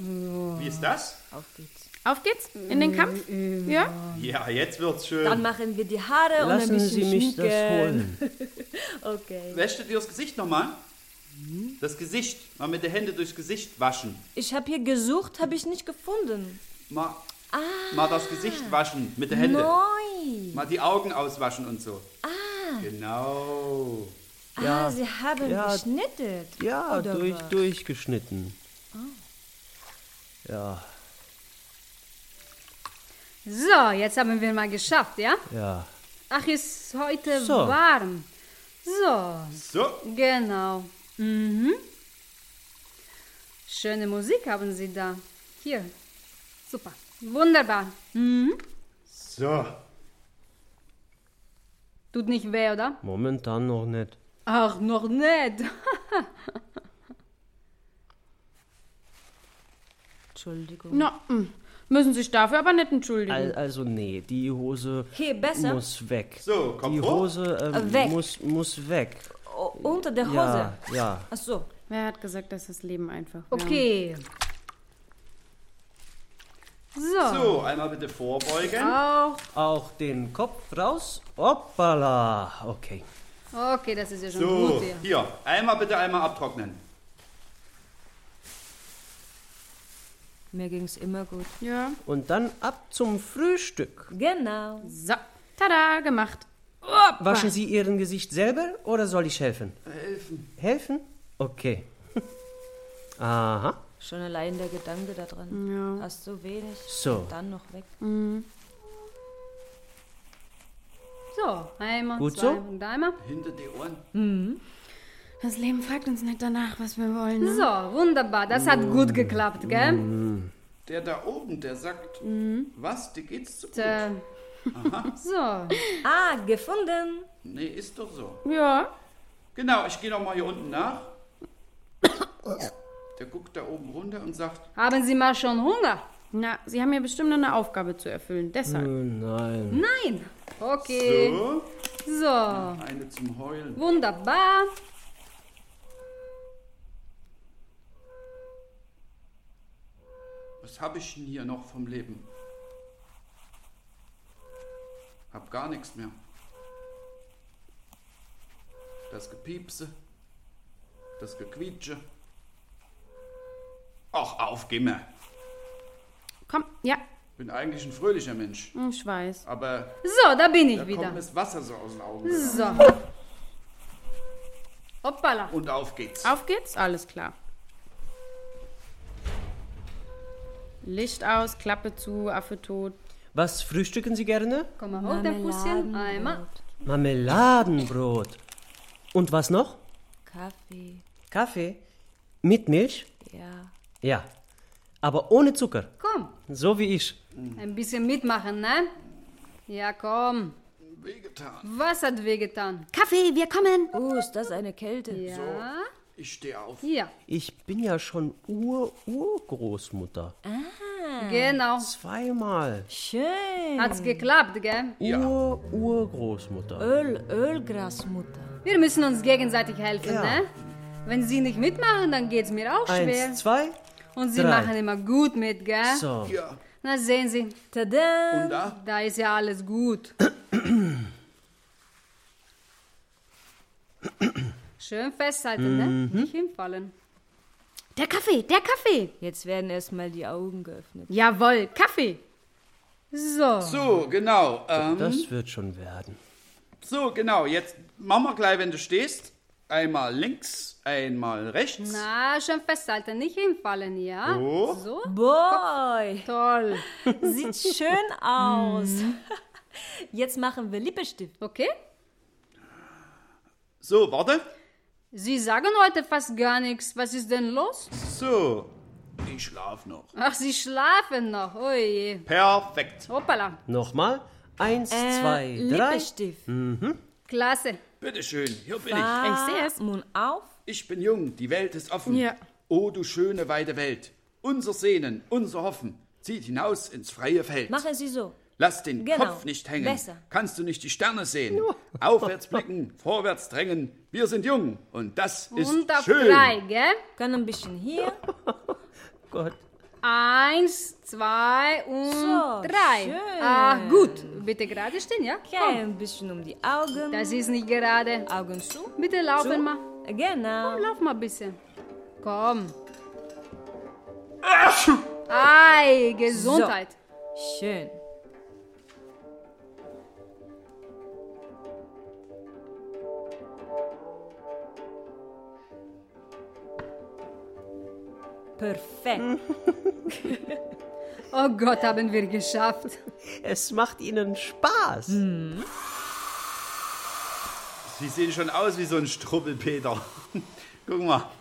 Speaker 5: Wie ist das?
Speaker 3: Auf geht's.
Speaker 6: Auf geht's, in den Kampf. Ja?
Speaker 5: Ja, jetzt wird's
Speaker 3: Dann
Speaker 5: schön.
Speaker 3: machen wir die Haare und ein
Speaker 4: Lassen
Speaker 3: bisschen
Speaker 4: Sie mich das
Speaker 3: schminken.
Speaker 4: holen.
Speaker 3: Okay.
Speaker 5: Wäschtet ihr das Gesicht nochmal? Das Gesicht. Mal mit den Händen durchs Gesicht waschen.
Speaker 3: Ich habe hier gesucht, habe ich nicht gefunden.
Speaker 5: Mal,
Speaker 2: Ah.
Speaker 5: mal das Gesicht waschen mit
Speaker 4: Äh.
Speaker 5: den Händen.
Speaker 3: Neu.
Speaker 5: Mal die Augen auswaschen und so. Ah. Genau.
Speaker 3: Ah, sie haben
Speaker 4: Ja.
Speaker 3: geschnitten.
Speaker 4: Ja,
Speaker 3: Oder
Speaker 4: durch,
Speaker 3: was? Ah.
Speaker 4: durchgeschnitten. Ja,
Speaker 2: So, jetzt haben wir mal geschafft, ja?
Speaker 4: ja.
Speaker 2: Ach, ist heute
Speaker 4: So.
Speaker 2: warm. So,
Speaker 5: So,
Speaker 2: genau. Mhm. Schöne Musik haben Sie da. Hier. Super. Wunderbar.
Speaker 5: so.
Speaker 2: Tut nicht weh, oder?
Speaker 4: Momentan noch nicht.
Speaker 2: Ach, noch nicht.
Speaker 3: Entschuldigung.
Speaker 6: Na, mm. Müssen sich dafür aber nicht entschuldigen.
Speaker 4: Al- Also nee, die Hose
Speaker 3: Hier, besser.
Speaker 4: muss weg.
Speaker 5: So, komm
Speaker 4: Die
Speaker 5: hoch.
Speaker 4: Hose ähm,
Speaker 3: Äh, weg.
Speaker 4: Muss, muss weg.
Speaker 3: O- Oh, unter der Hose.
Speaker 4: Oh. Ja, ja.
Speaker 3: Ach so.
Speaker 6: Wer hat gesagt, dass das Leben einfach wäre?
Speaker 2: Okay. So.
Speaker 5: So, einmal bitte vorbeugen.
Speaker 2: Auch.
Speaker 4: Auch den Kopf raus. Hoppala. Okay.
Speaker 2: Okay, das ist ja schon
Speaker 5: So,
Speaker 2: gut hier.
Speaker 5: hier, einmal bitte einmal abtrocknen.
Speaker 3: Mir ging's immer gut.
Speaker 6: Ja.
Speaker 4: Und dann ab zum Frühstück.
Speaker 3: Genau.
Speaker 6: So. Tada, gemacht.
Speaker 4: Waschen Sie Ihren Gesicht selber oder soll ich helfen? Helfen. Helfen? Okay. Aha.
Speaker 3: Schon allein der Gedanke da dran.
Speaker 6: Ja.
Speaker 3: Hast so wenig.
Speaker 4: So.
Speaker 3: Und dann noch weg.
Speaker 2: So, einmal,
Speaker 4: Gut
Speaker 2: zwei,
Speaker 4: so?
Speaker 2: und einmal.
Speaker 5: Hinter die Ohren.
Speaker 6: Das Leben fragt uns nicht danach, was wir wollen. Ne?
Speaker 2: So, wunderbar. Das hat gut geklappt, gell?
Speaker 5: Der da oben, der sagt,
Speaker 2: Mhm.
Speaker 5: was, dir geht's zu gut?
Speaker 2: Äh, so,
Speaker 3: Ah, gefunden.
Speaker 5: Nee, ist doch so.
Speaker 6: Ja.
Speaker 5: Genau, ich gehe nochmal hier unten nach. Der guckt da oben runter und sagt,
Speaker 2: haben Sie mal schon Hunger?
Speaker 6: Na, Sie haben ja bestimmt noch eine Aufgabe zu erfüllen. Deshalb.
Speaker 4: Nein.
Speaker 2: Nein. Okay.
Speaker 5: so,
Speaker 2: So,
Speaker 5: eine zum Heulen.
Speaker 2: wunderbar.
Speaker 5: Was habe ich denn hier noch vom Leben? Hab gar nichts mehr. Das Gepiepse, das Gequietsche. Ach, auf, geh mir.
Speaker 6: Komm, ja.
Speaker 5: Bin eigentlich ein fröhlicher Mensch,
Speaker 6: Ich weiß.
Speaker 5: aber
Speaker 2: So, da bin ich
Speaker 5: da kommt
Speaker 2: wieder.
Speaker 5: mir das Wasser so aus den Augen.
Speaker 2: So. Hoppala.
Speaker 5: Und auf geht's.
Speaker 6: Auf geht's, alles klar. Licht aus, Klappe zu, Affe tot.
Speaker 4: Was frühstücken Sie gerne?
Speaker 2: Komm mal hoch, der Fußchen. Einmal.
Speaker 4: Marmeladenbrot. Und was noch?
Speaker 3: Kaffee.
Speaker 4: Kaffee. Mit Milch?
Speaker 3: Ja.
Speaker 4: Ja. Aber ohne Zucker.
Speaker 2: Komm.
Speaker 4: So wie ich.
Speaker 2: Ein bisschen mitmachen, ne? Ja, komm.
Speaker 5: Wehgetan.
Speaker 2: Was hat wehgetan?
Speaker 6: Kaffee, wir kommen.
Speaker 3: Uh, ist das eine Kälte?
Speaker 2: Ja.
Speaker 5: Ich stehe auf.
Speaker 2: Hier.
Speaker 4: Ich bin ja schon Ur-Urgroßmutter.
Speaker 2: Genau.
Speaker 4: Zweimal
Speaker 3: Schön.
Speaker 2: Hat's geklappt, gell?
Speaker 4: Ur-Urgroßmutter.
Speaker 3: Öl, Ölgrasmutter.
Speaker 2: Wir müssen uns gegenseitig helfen,
Speaker 4: Ja.
Speaker 2: ne? Wenn sie nicht mitmachen, dann geht's mir auch schwer.
Speaker 4: Eins, zwei.
Speaker 2: Und sie
Speaker 4: drei.
Speaker 2: machen immer gut mit, gell?
Speaker 4: So.
Speaker 5: Ja,
Speaker 2: Na, sehen Sie,
Speaker 3: Tada.
Speaker 5: und da?
Speaker 2: da ist ja alles gut. Schön festhalten,
Speaker 5: Mhm.
Speaker 2: ne? Nicht hinfallen.
Speaker 6: Der Kaffee, der Kaffee.
Speaker 3: Jetzt werden erstmal die Augen geöffnet.
Speaker 6: Jawohl, Kaffee.
Speaker 2: So.
Speaker 5: So, genau. Ähm,
Speaker 4: Das wird schon werden.
Speaker 5: So, genau. Jetzt machen wir gleich, wenn du stehst. Einmal links, einmal rechts.
Speaker 2: Na, schön festhalten, nicht hinfallen, ja?
Speaker 5: So.
Speaker 2: So?
Speaker 3: Boy,
Speaker 2: Toll.
Speaker 3: sieht schön aus. Jetzt machen wir Lippenstift.
Speaker 2: Okay?
Speaker 5: So, warte.
Speaker 2: Sie sagen heute fast gar nichts. Was ist denn los?
Speaker 5: So. Ich schlaf noch.
Speaker 2: Ach, Sie schlafen noch. Oh je.
Speaker 5: Perfekt.
Speaker 2: Hoppala.
Speaker 4: Nochmal. Eins,
Speaker 6: Äh,
Speaker 4: zwei, drei.
Speaker 3: Lippenstift.
Speaker 2: Klasse.
Speaker 5: Bitteschön, hier bin
Speaker 6: Ich sehe es.
Speaker 3: Ah, Mund auf.
Speaker 5: ich. Ich bin jung, die Welt ist offen.
Speaker 6: Ja.
Speaker 5: O du schöne, weite Welt. Unser Sehnen, unser Hoffen zieht hinaus ins freie Feld.
Speaker 3: Machen Sie so.
Speaker 5: Lass den
Speaker 3: Genau.
Speaker 5: Kopf nicht hängen.
Speaker 3: Besser.
Speaker 5: Kannst du nicht die Sterne sehen? Aufwärts blicken, vorwärts drängen. Wir sind jung und das ist
Speaker 2: Und auf
Speaker 5: schön.
Speaker 2: drei, gell?
Speaker 3: Kann ein bisschen hier.
Speaker 4: Gott.
Speaker 2: Eins, zwei und
Speaker 3: So,
Speaker 2: drei.
Speaker 3: schön.
Speaker 2: Ah, gut. Bitte gerade stehen, ja?
Speaker 3: Okay, ein bisschen um die Augen.
Speaker 2: Das ist nicht gerade.
Speaker 3: Augen zu.
Speaker 2: Bitte laufen mal.
Speaker 3: Genau.
Speaker 2: Lauf mal ein bisschen. Komm. Ei, Gesundheit.
Speaker 3: Schön. Perfekt.
Speaker 2: Oh Gott, haben wir geschafft.
Speaker 4: Es macht Ihnen Spaß.
Speaker 6: Hm.
Speaker 5: Sie sehen schon aus wie so ein Strubbelpeter. Guck mal.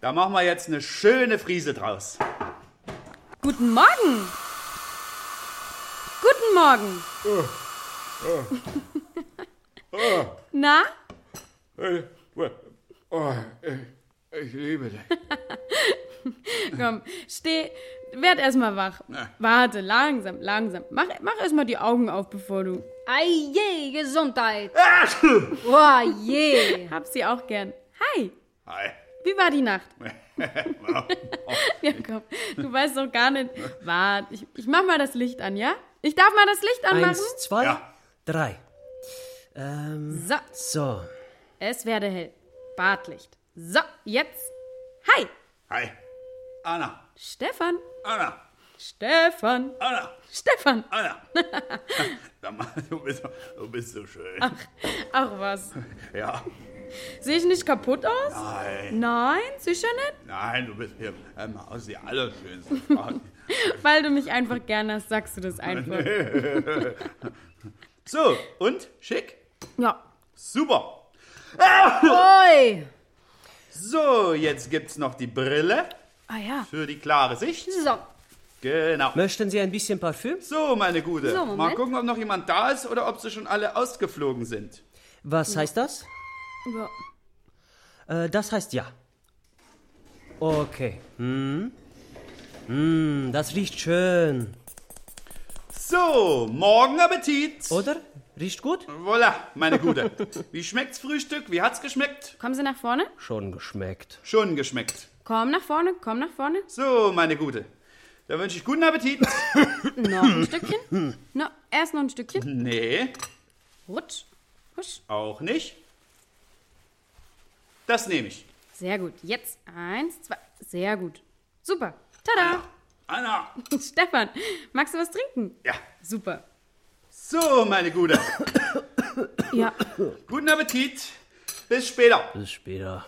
Speaker 5: Da machen wir jetzt eine schöne Friese draus.
Speaker 6: Guten Morgen. Guten Morgen. Na, oh, äh,
Speaker 5: Ich liebe dich.
Speaker 6: Komm, steh, werd erstmal wach. Warte, langsam, langsam. Mach, mach erstmal die Augen auf, bevor du.
Speaker 2: Ei je, Gesundheit. Oh,
Speaker 6: Boah, je. Hab sie auch gern. Hi,
Speaker 5: Hi.
Speaker 6: wie war die Nacht?
Speaker 5: Oh,
Speaker 6: Ja, komm, du weißt doch gar nicht. Warte, ich, ich mach mal das Licht an, ja? Ich darf mal das Licht anmachen?
Speaker 4: Eins, zwei,
Speaker 5: Ja.
Speaker 4: drei. Ähm,
Speaker 6: So,
Speaker 4: so.
Speaker 6: es werde hell. Badlicht. So, jetzt. Hi,
Speaker 5: Hi. Anna.
Speaker 6: Stefan.
Speaker 5: Anna.
Speaker 6: Stefan.
Speaker 5: Anna.
Speaker 6: Stefan.
Speaker 5: Anna. Sag mal, du bist, du bist so schön.
Speaker 6: Ach was.
Speaker 5: Ja.
Speaker 6: Sehe ich nicht kaputt aus?
Speaker 5: Nein.
Speaker 6: Nein, sicher nicht.
Speaker 5: Nein, du bist hier ähm, aus die allerschönste Frau.
Speaker 6: Weil du mich einfach gerne hast, sagst du das einfach.
Speaker 5: So, und? Schick?
Speaker 6: Ja.
Speaker 5: Super.
Speaker 2: Oi.
Speaker 5: So, jetzt gibt's noch die Brille
Speaker 6: Ah ja.
Speaker 5: für die klare Sicht.
Speaker 2: So,
Speaker 5: Genau.
Speaker 4: Möchten Sie ein bisschen Parfüm?
Speaker 5: So, meine Gute.
Speaker 2: So,
Speaker 5: Mal
Speaker 2: Moment.
Speaker 5: gucken, ob noch jemand da ist oder ob sie schon alle ausgeflogen sind.
Speaker 4: Was heißt das?
Speaker 6: ja.
Speaker 4: Äh, das heißt ja. Okay. Hm. Hm, das riecht schön.
Speaker 5: So, morgen Appetit.
Speaker 4: Oder? Riecht gut?
Speaker 5: Voilà, meine Gute. Wie schmeckt's Frühstück? Wie hat's geschmeckt?
Speaker 6: Kommen Sie nach vorne.
Speaker 4: Schon geschmeckt.
Speaker 5: Schon geschmeckt.
Speaker 6: Komm nach vorne, komm nach vorne.
Speaker 5: So, meine Gute. Da wünsche ich guten Appetit.
Speaker 6: Noch ein Stückchen. No, erst noch ein Stückchen.
Speaker 5: Nee,
Speaker 6: Rutsch. Husch.
Speaker 5: auch nicht. Das nehme ich.
Speaker 6: Sehr gut. Jetzt eins, zwei. Sehr gut. Super. Tada.
Speaker 5: Anna.
Speaker 6: Stefan, magst du was trinken?
Speaker 5: Ja.
Speaker 6: Super.
Speaker 5: So, meine Gute.
Speaker 6: Ja.
Speaker 5: Guten Appetit. Bis später.
Speaker 4: Bis später.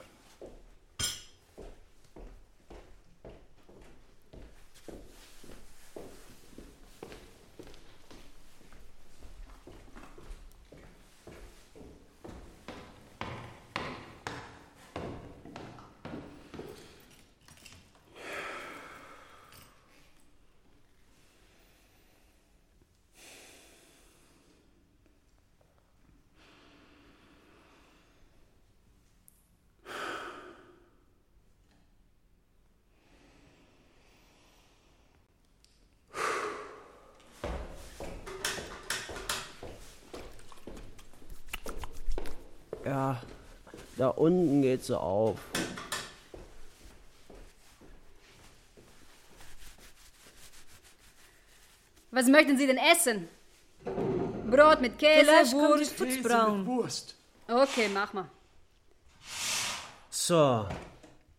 Speaker 4: Ja, da unten geht's so auf.
Speaker 2: was möchten Sie denn essen? Brot mit Käse,
Speaker 3: Vielleicht kommt die
Speaker 2: Wurst.
Speaker 3: Fuchsbraun.
Speaker 5: Wurst.
Speaker 2: Okay, mach mal.
Speaker 4: So,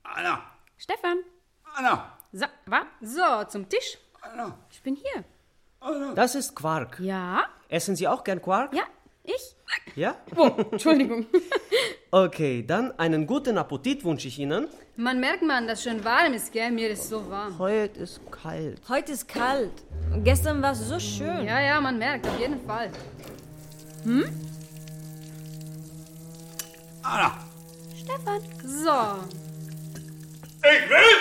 Speaker 5: Anna.
Speaker 6: Stefan.
Speaker 5: Anna.
Speaker 6: So, warte.
Speaker 2: So, zum Tisch.
Speaker 5: Anna.
Speaker 6: Ich bin hier.
Speaker 4: das ist Quark.
Speaker 6: Ja.
Speaker 4: Essen Sie auch gern Quark?
Speaker 6: Ja. Ich.
Speaker 4: Ja?
Speaker 2: Oh,
Speaker 6: Entschuldigung.
Speaker 4: Okay, dann einen guten Appetit wünsche ich Ihnen.
Speaker 2: Man merkt man, dass schön warm ist, gell? Mir ist so warm.
Speaker 4: Heute ist kalt.
Speaker 3: Heute ist kalt. Und gestern war es so schön.
Speaker 2: Ja, ja, man merkt, auf jeden Fall.
Speaker 5: Anna.
Speaker 2: So,
Speaker 5: Ich will.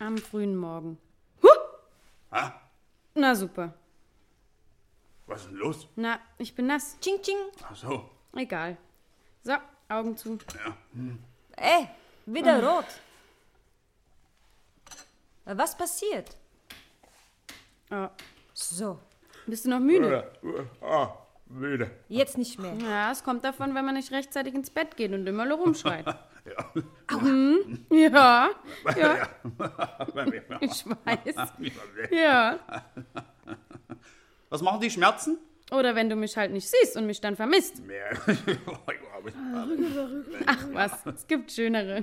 Speaker 6: Am frühen Morgen.
Speaker 5: Hä?
Speaker 6: Na super.
Speaker 5: Was ist denn los?
Speaker 6: Na, ich bin nass.
Speaker 3: Ching, ching.
Speaker 5: Ach so.
Speaker 6: Egal. So, Augen zu.
Speaker 3: Ey, Äh, wieder rot. Was passiert?
Speaker 6: Oh,
Speaker 3: So,
Speaker 6: bist du noch müde?
Speaker 5: Ah, müde.
Speaker 3: jetzt nicht mehr.
Speaker 6: Ja, es kommt davon, wenn man nicht rechtzeitig ins Bett geht und immer nur rumschreit. Hm?
Speaker 5: Ja.
Speaker 6: ja,
Speaker 5: Ja.
Speaker 6: ich weiß. Ja.
Speaker 5: Was machen die Schmerzen?
Speaker 6: Oder wenn du mich halt nicht siehst und mich dann vermisst.
Speaker 5: Mehr.
Speaker 6: Ach was, es gibt schönere.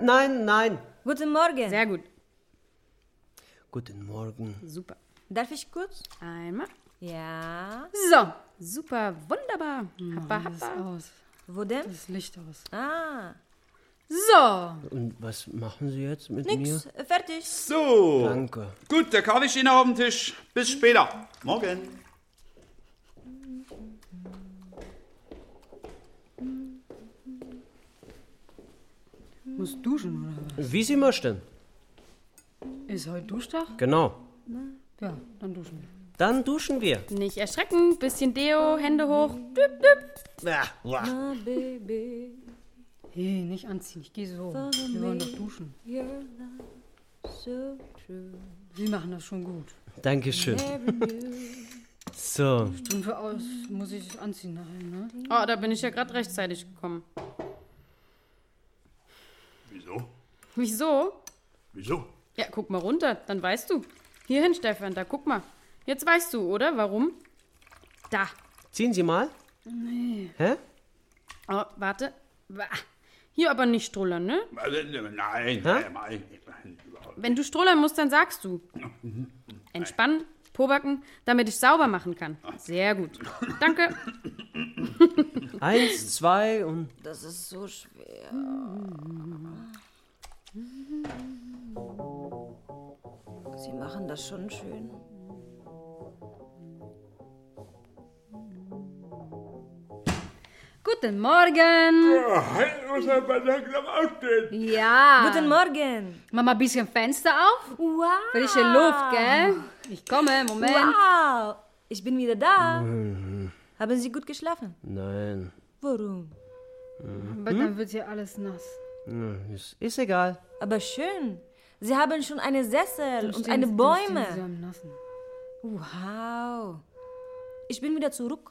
Speaker 4: Nein, nein.
Speaker 3: Guten Morgen.
Speaker 6: Sehr gut.
Speaker 4: Guten Morgen.
Speaker 6: Super.
Speaker 3: Darf ich kurz?
Speaker 6: Einmal.
Speaker 3: Ja.
Speaker 6: So. Super, wunderbar. Happa, happa.
Speaker 2: aus.
Speaker 3: Wo denn?
Speaker 2: Das Licht aus.
Speaker 3: Ah,
Speaker 6: So.
Speaker 4: Und was machen Sie jetzt mit
Speaker 3: nix.
Speaker 4: mir?
Speaker 3: Fertig.
Speaker 5: So.
Speaker 4: Danke.
Speaker 5: Gut, der Kaffee steht noch auf dem Tisch. Bis später. Morgen.
Speaker 2: Muss duschen, oder?
Speaker 4: Wie Sie möchten.
Speaker 2: Ist heute Duschtag?
Speaker 4: Genau.
Speaker 2: Ja, dann duschen wir.
Speaker 4: Dann duschen wir.
Speaker 6: Nicht erschrecken. Bisschen Deo, Hände hoch. Düpp, düpp.
Speaker 4: Ah, wah.
Speaker 3: Baby.
Speaker 6: Nee, nicht anziehen. Ich gehe so. Wir wollen doch duschen. Sie machen das schon gut.
Speaker 4: Dankeschön. So,
Speaker 6: Und für aus muss ich es anziehen nachher, ne? Oh, da bin ich ja gerade rechtzeitig gekommen.
Speaker 5: Wieso?
Speaker 6: Wieso?
Speaker 5: Wieso?
Speaker 6: Ja, guck mal runter, dann weißt du. Hierhin, Stefan, da guck mal. Jetzt weißt du, oder? Warum? Da.
Speaker 4: ziehen Sie mal. Nee. Hä?
Speaker 6: Oh, warte. Bah. Hier aber nicht strullern, ne?
Speaker 5: Nein, Also, nein, nein.
Speaker 6: Wenn du strullern musst, dann sagst du. Entspannen, pobacken, damit ich sauber machen kann. Sehr gut. Danke.
Speaker 4: Eins, zwei und.
Speaker 3: Das ist so schwer. Sie machen das schon schön.
Speaker 6: Guten Morgen. Ja.
Speaker 3: Guten Morgen.
Speaker 6: Mach mal ein bisschen Fenster auf.
Speaker 3: Wow.
Speaker 6: Frische
Speaker 2: Ah.
Speaker 6: Luft, gell? Ich komme, Moment.
Speaker 3: Wow. Ich bin wieder da. Haben Sie gut geschlafen?
Speaker 4: Nein.
Speaker 3: Warum?
Speaker 6: Aber dann wird hier alles nass.
Speaker 4: Hm, Ist, ist egal.
Speaker 3: Aber schön. Sie haben schon eine Sessel und
Speaker 6: Stehen-
Speaker 3: eine
Speaker 6: dann stehen sie
Speaker 3: Bäume.
Speaker 6: am Nassen.
Speaker 3: Wow. Ich bin wieder zurück.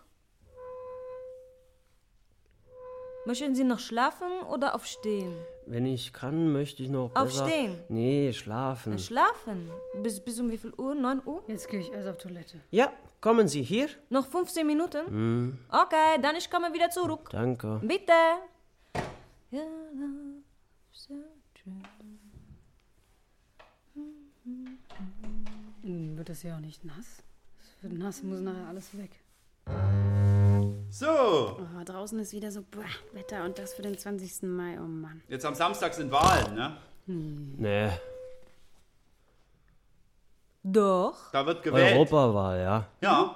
Speaker 3: Möchten Sie noch schlafen oder aufstehen?
Speaker 4: Wenn ich kann, möchte ich noch. besser-
Speaker 3: Aufstehen.
Speaker 4: Nee, schlafen.
Speaker 3: Schlafen? Bis, bis um wie viel Uhr? 9 Uhr?
Speaker 6: Jetzt gehe ich erst auf Toilette.
Speaker 4: Ja, kommen Sie hier.
Speaker 3: Noch 15 Minuten? Okay, dann ich komme wieder zurück.
Speaker 4: Danke.
Speaker 3: Bitte. Ja, so schön.
Speaker 6: Hm, Wird das hier auch nicht nass? Es wird nass, muss nachher alles weg.
Speaker 5: So,
Speaker 6: Oh, draußen ist wieder so boah, Wetter und das für den 20. Mai, oh Mann.
Speaker 5: jetzt am Samstag sind Wahlen, ne?
Speaker 4: Nee.
Speaker 3: Doch.
Speaker 5: Da wird gewählt.
Speaker 4: Europawahl, ja.
Speaker 5: Ja.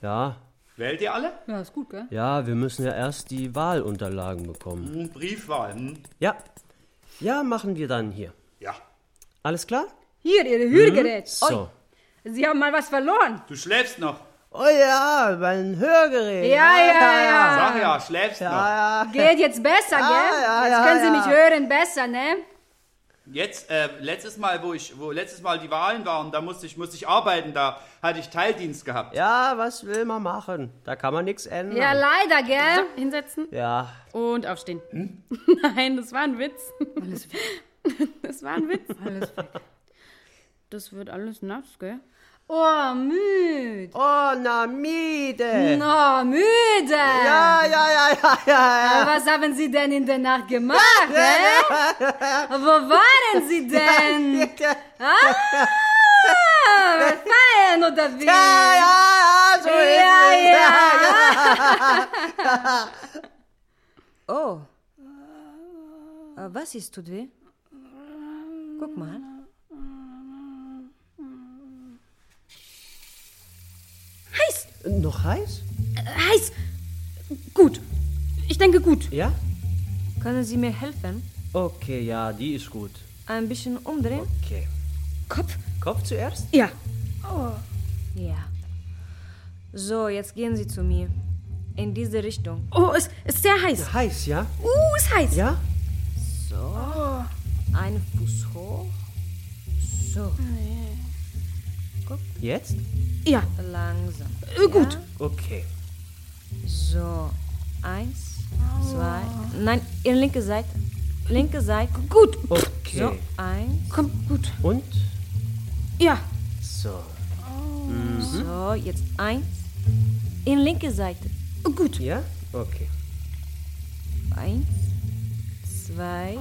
Speaker 4: Ja.
Speaker 5: Wählt ihr alle?
Speaker 6: Ja, ist gut, gell?
Speaker 4: Ja, wir müssen ja erst die Wahlunterlagen bekommen.
Speaker 5: Hm, Briefwahl. Hm.
Speaker 4: Ja. Ja, machen wir dann hier.
Speaker 5: Ja.
Speaker 4: Alles klar? Hm?
Speaker 2: Hier, Ihre Hörgerät.
Speaker 4: So.
Speaker 2: Sie haben mal was verloren.
Speaker 5: Du schläfst noch.
Speaker 4: Oh ja, mein Hörgerät.
Speaker 2: Ja, ja, ja.
Speaker 5: Sag ja, schläfst
Speaker 2: Geht jetzt besser, gell? jetzt können Sie mich hören, besser, ne?
Speaker 5: noch. Jetzt, äh, letztes Mal, wo ich, wo letztes Mal die Wahlen waren, da musste ich, musste ich arbeiten, da hatte ich Teildienst gehabt.
Speaker 4: Ja, was will man machen? Da kann man nichts ändern.
Speaker 2: Ja, leider,
Speaker 6: So,
Speaker 2: gell?
Speaker 6: hinsetzen
Speaker 4: ja.
Speaker 6: und aufstehen. Nein, das war ein Witz. Alles weg. Das war ein Witz. Alles weg. Das wird alles nass, gell?
Speaker 2: Oh, müde.
Speaker 4: Oh, na Miete.
Speaker 2: Oh, müde.
Speaker 4: Ja, ja, ja, ja, ja.
Speaker 2: Was haben Sie denn in der Nacht gemacht, hä? Wo waren Sie denn?
Speaker 4: Ja,
Speaker 2: Ah, feiern oder wie?
Speaker 4: ja, ja, so
Speaker 2: Ja,
Speaker 4: ist es.
Speaker 2: ja.
Speaker 3: Oh. Äh, Was ist, tut weh? Guck mal.
Speaker 4: Noch heiß?
Speaker 6: Äh, Heiß! Gut. Ich denke gut.
Speaker 4: Ja?
Speaker 3: Können Sie mir helfen?
Speaker 4: Okay, ja, die ist gut.
Speaker 3: Ein bisschen umdrehen?
Speaker 4: Okay.
Speaker 6: Kopf.
Speaker 4: Kopf zuerst?
Speaker 6: Ja.
Speaker 3: Ja. So, jetzt gehen Sie zu mir. In diese Richtung.
Speaker 6: Oh, es ist sehr heiß.
Speaker 4: Heiß, ja?
Speaker 6: Uh, ist heiß.
Speaker 4: Ja?
Speaker 3: Ein Fuß hoch. So,
Speaker 4: Jetzt?
Speaker 6: Ja.
Speaker 3: langsam.
Speaker 6: Äh, gut.
Speaker 4: Okay.
Speaker 3: So, eins, zwei. Nein, Ihre linke Seite. Linke Seite. Gut.
Speaker 4: Okay.
Speaker 3: So, eins.
Speaker 6: Komm, gut.
Speaker 4: Und?
Speaker 6: Ja.
Speaker 4: So.
Speaker 3: So, jetzt eins. In linke Seite.
Speaker 6: Äh, gut.
Speaker 4: Ja? Okay.
Speaker 3: Eins, zwei,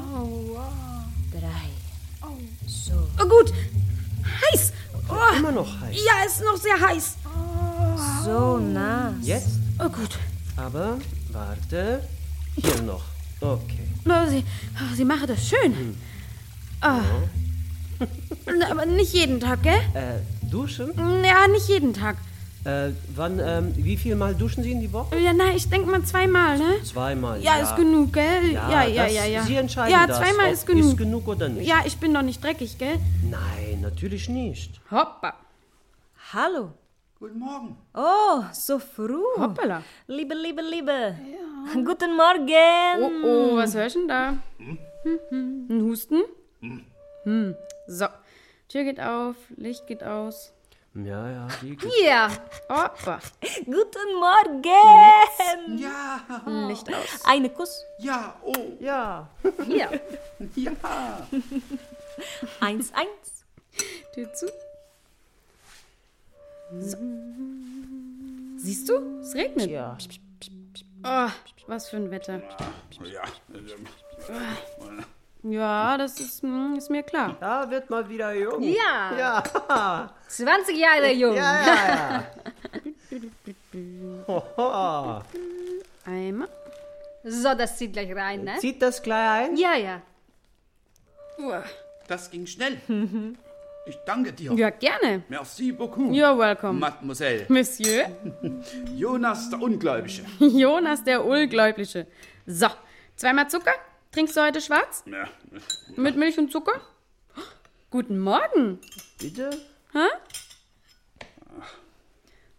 Speaker 3: drei. So,
Speaker 6: Äh, gut. Heiß. Oh,
Speaker 4: Immer noch heiß.
Speaker 6: ja, ist noch sehr heiß.
Speaker 3: so nah.
Speaker 4: Jetzt?
Speaker 6: Äh, gut.
Speaker 4: Aber, warte. Hier noch. Okay.
Speaker 6: Oh, sie, oh, sie machen das schön.
Speaker 4: Hm.
Speaker 6: Oh. Na, Aber nicht jeden Tag, gell? Hm,
Speaker 4: Äh, duschen?
Speaker 6: Ja, nicht jeden Tag.
Speaker 4: Äh, wann, ähm, wie viel Mal duschen Sie in die Woche?
Speaker 6: Ja, nein, ich denke mal zweimal, ne?
Speaker 4: Zweimal.
Speaker 6: Ja, ist genug, gell? Ja, ja,
Speaker 4: Ah, das-
Speaker 6: ja, ja.
Speaker 4: Sie entscheiden
Speaker 6: Ja,
Speaker 4: das,
Speaker 6: zweimal
Speaker 4: ob
Speaker 6: ist genug.
Speaker 4: Ist genug oder nicht?
Speaker 6: Ja, ich bin noch nicht dreckig, gell?
Speaker 4: Nein, natürlich nicht.
Speaker 6: Hoppa.
Speaker 3: Hallo.
Speaker 5: Guten Morgen.
Speaker 3: Oh, so früh.
Speaker 6: Hoppala.
Speaker 3: Liebe, liebe, liebe. Guten Morgen.
Speaker 6: Oh, oh, was hör ich denn da? Hm, hm. Ein Husten? Hm. So. Tür geht auf, Licht geht aus.
Speaker 4: Ja, ja, die
Speaker 2: Ja,
Speaker 6: Oh, bah.
Speaker 3: Guten Morgen.
Speaker 5: Ja,
Speaker 6: Licht aus.
Speaker 3: Eine Kuss.
Speaker 5: ja, oh,
Speaker 4: Ja.
Speaker 2: ja.
Speaker 5: ja.
Speaker 3: Eins, eins.
Speaker 6: Tür zu. So. Siehst du? Es regnet.
Speaker 4: Ja.
Speaker 6: Oh, was für ein Wetter.
Speaker 5: Ja, ähm,
Speaker 6: Ja, das ist, hm, ist mir klar.
Speaker 4: Da wird mal wieder jung.
Speaker 2: Ja.
Speaker 4: Ja. Ja,
Speaker 2: 20 Jahre jung.
Speaker 4: ja, ja. Hoho.
Speaker 6: Einmal.
Speaker 2: So, das zieht gleich rein, ne?
Speaker 4: Zieht das gleich ein?
Speaker 2: Ja, ja.
Speaker 6: Uah.
Speaker 5: das ging schnell. Ich danke dir.
Speaker 6: Ja, gerne.
Speaker 5: Merci beaucoup,
Speaker 6: You're welcome.
Speaker 5: Mademoiselle.
Speaker 6: Monsieur.
Speaker 5: Jonas der Ungläubige.
Speaker 6: Jonas der Ungläubliche. So, zweimal Zucker. Trinkst du heute schwarz?
Speaker 5: Ja.
Speaker 6: Mit Milch und Zucker? Guten Morgen.
Speaker 4: Bitte?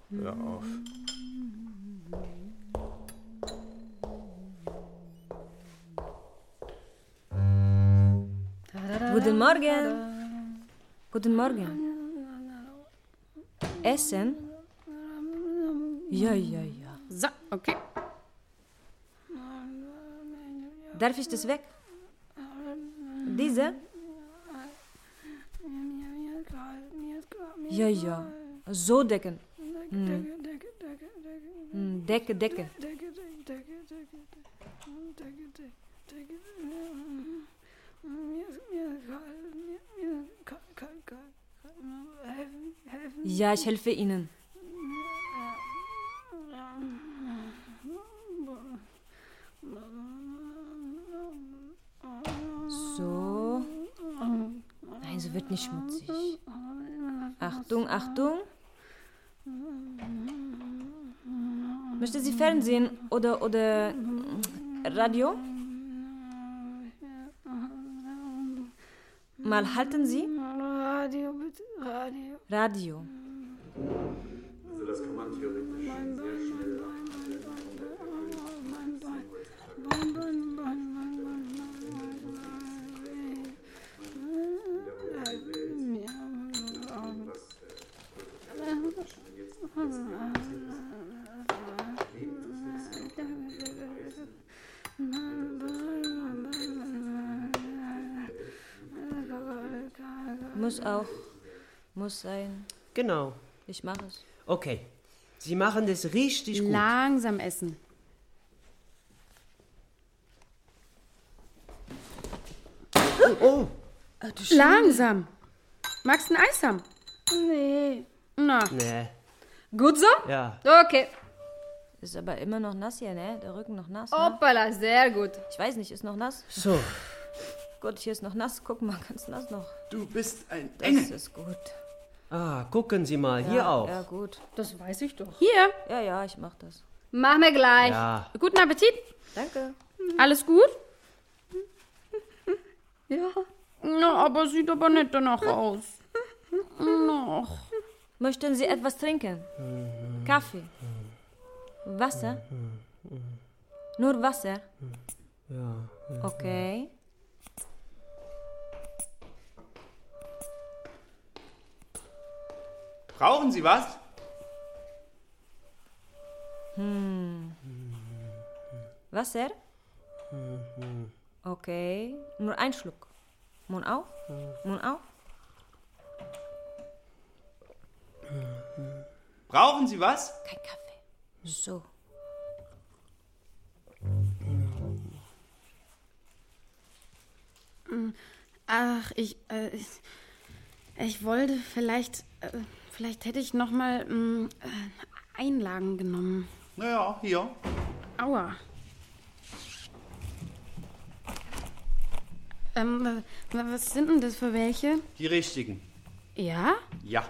Speaker 5: Hör auf.
Speaker 3: Guten Morgen. Guten Morgen. Essen? Ja, ja, ja.
Speaker 6: So, okay.
Speaker 3: Darf ich das weg? Diese? Ja, ja. So decken. Hm. Hm, Decke, Decke. Ja, ich helfe Ihnen. So. Nein, so wird nicht schmutzig. Achtung, Achtung. Möchte sie Fernsehen oder oder mm, Radio? Mal halten Sie.
Speaker 7: Radio, bitte, Radio.
Speaker 3: Radio. Muss auch. Muss sein.
Speaker 4: Genau.
Speaker 3: Ich mache es.
Speaker 4: Okay. Sie machen das richtig gut.
Speaker 6: Langsam essen.
Speaker 4: Oh,
Speaker 6: Langsam. Magst du ein Eis haben?
Speaker 2: Nee.
Speaker 6: Na,
Speaker 4: nee.
Speaker 2: Gut so?
Speaker 4: Ne. Ja.
Speaker 2: Okay.
Speaker 3: Ist aber immer noch nass hier, ne? Der Rücken noch nass. Ne?
Speaker 2: Hoppala, sehr gut.
Speaker 3: Ich weiß nicht, ist noch nass?
Speaker 4: So.
Speaker 3: Gott, hier ist noch nass. Guck mal, ganz nass noch.
Speaker 5: Du bist ein
Speaker 3: Das
Speaker 5: Engel.
Speaker 3: ist gut.
Speaker 4: Ah, gucken Sie mal, hier
Speaker 3: ja,
Speaker 4: auch.
Speaker 3: Ja, gut.
Speaker 2: Das weiß ich doch.
Speaker 6: hier.
Speaker 3: Ja, ja, ich mach das.
Speaker 2: Mach mir gleich.
Speaker 4: Ja.
Speaker 6: Guten Appetit.
Speaker 3: Danke.
Speaker 6: Alles gut?
Speaker 2: Ja.
Speaker 6: Na, aber sieht aber nicht danach aus. Noch.
Speaker 3: Möchten Sie etwas trinken? Kaffee? Wasser? Nur Wasser? Ja. Okay.
Speaker 5: Brauchen Sie was?
Speaker 3: Wasser? Okay. Nur ein Schluck. Mund auf. Mund auf.
Speaker 5: Brauchen Sie was?
Speaker 3: Kein Kaffee. So.
Speaker 6: Ach, ich, äh, ich, ich wollte vielleicht, äh, vielleicht hätte ich nochmal äh, Einlagen genommen.
Speaker 5: Naja, hier.
Speaker 6: Aua. Ähm, wa- wa- was sind denn das für welche?
Speaker 5: Die richtigen.
Speaker 6: Ja?
Speaker 5: Ja.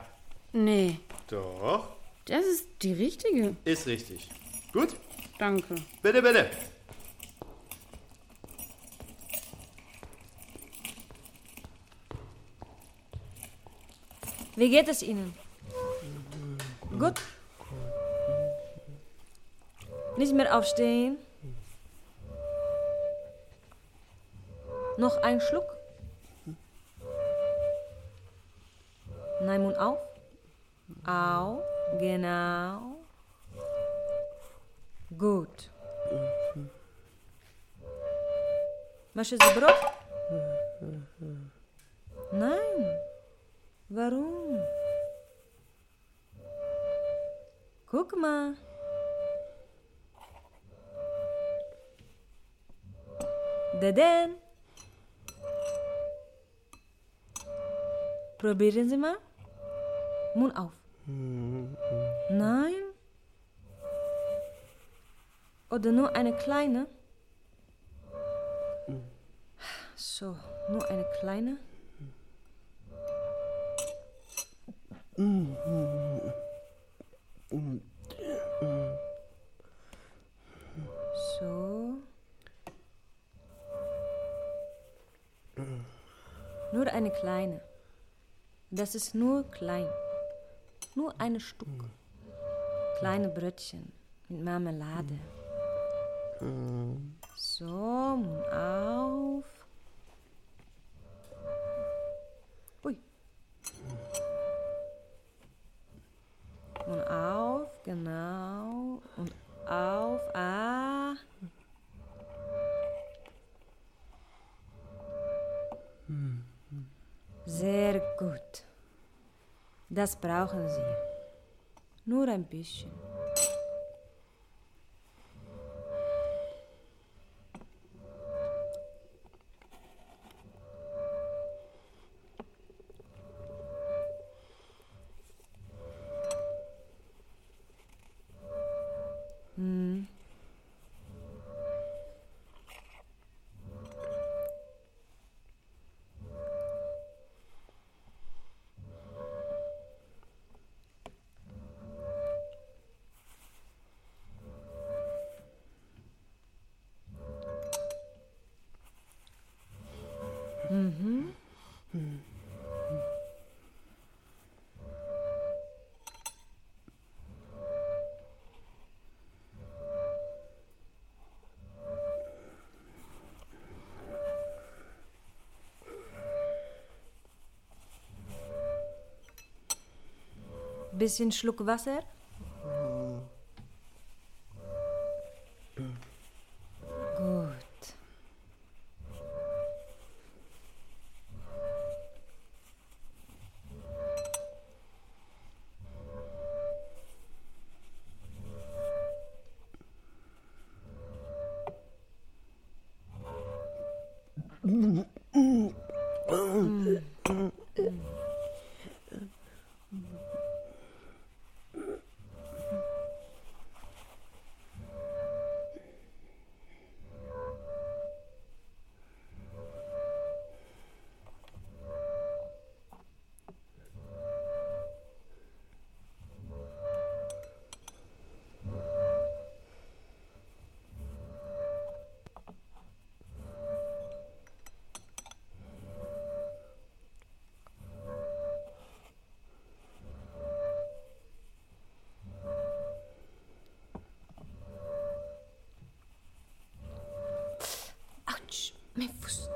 Speaker 6: Nee,
Speaker 5: Doch.
Speaker 6: das ist die richtige.
Speaker 5: Ist richtig. Gut?
Speaker 6: Danke.
Speaker 5: Bitte, bitte.
Speaker 3: Wie geht es Ihnen? Gut? Nicht mehr aufstehen. Noch ein Schluck? Nein, Mund auf. Au, genau. Gut. Masche Sie Brot? Nein. Warum? Guck mal. Dadan. Probieren Sie mal. Mund auf. Nein. Oder nur eine kleine. So, nur eine kleine. So. Nur eine kleine. Das ist nur klein. Nur ein Stück. Kleine Brötchen mit Marmelade. So, Mund auf. Ui. Mund auf, genau. Und auf. Ah. Sehr gut. Das brauchen Sie. Nur ein bisschen. Bisschen Schluck Wasser. Gut. Autsch, mein Fuß.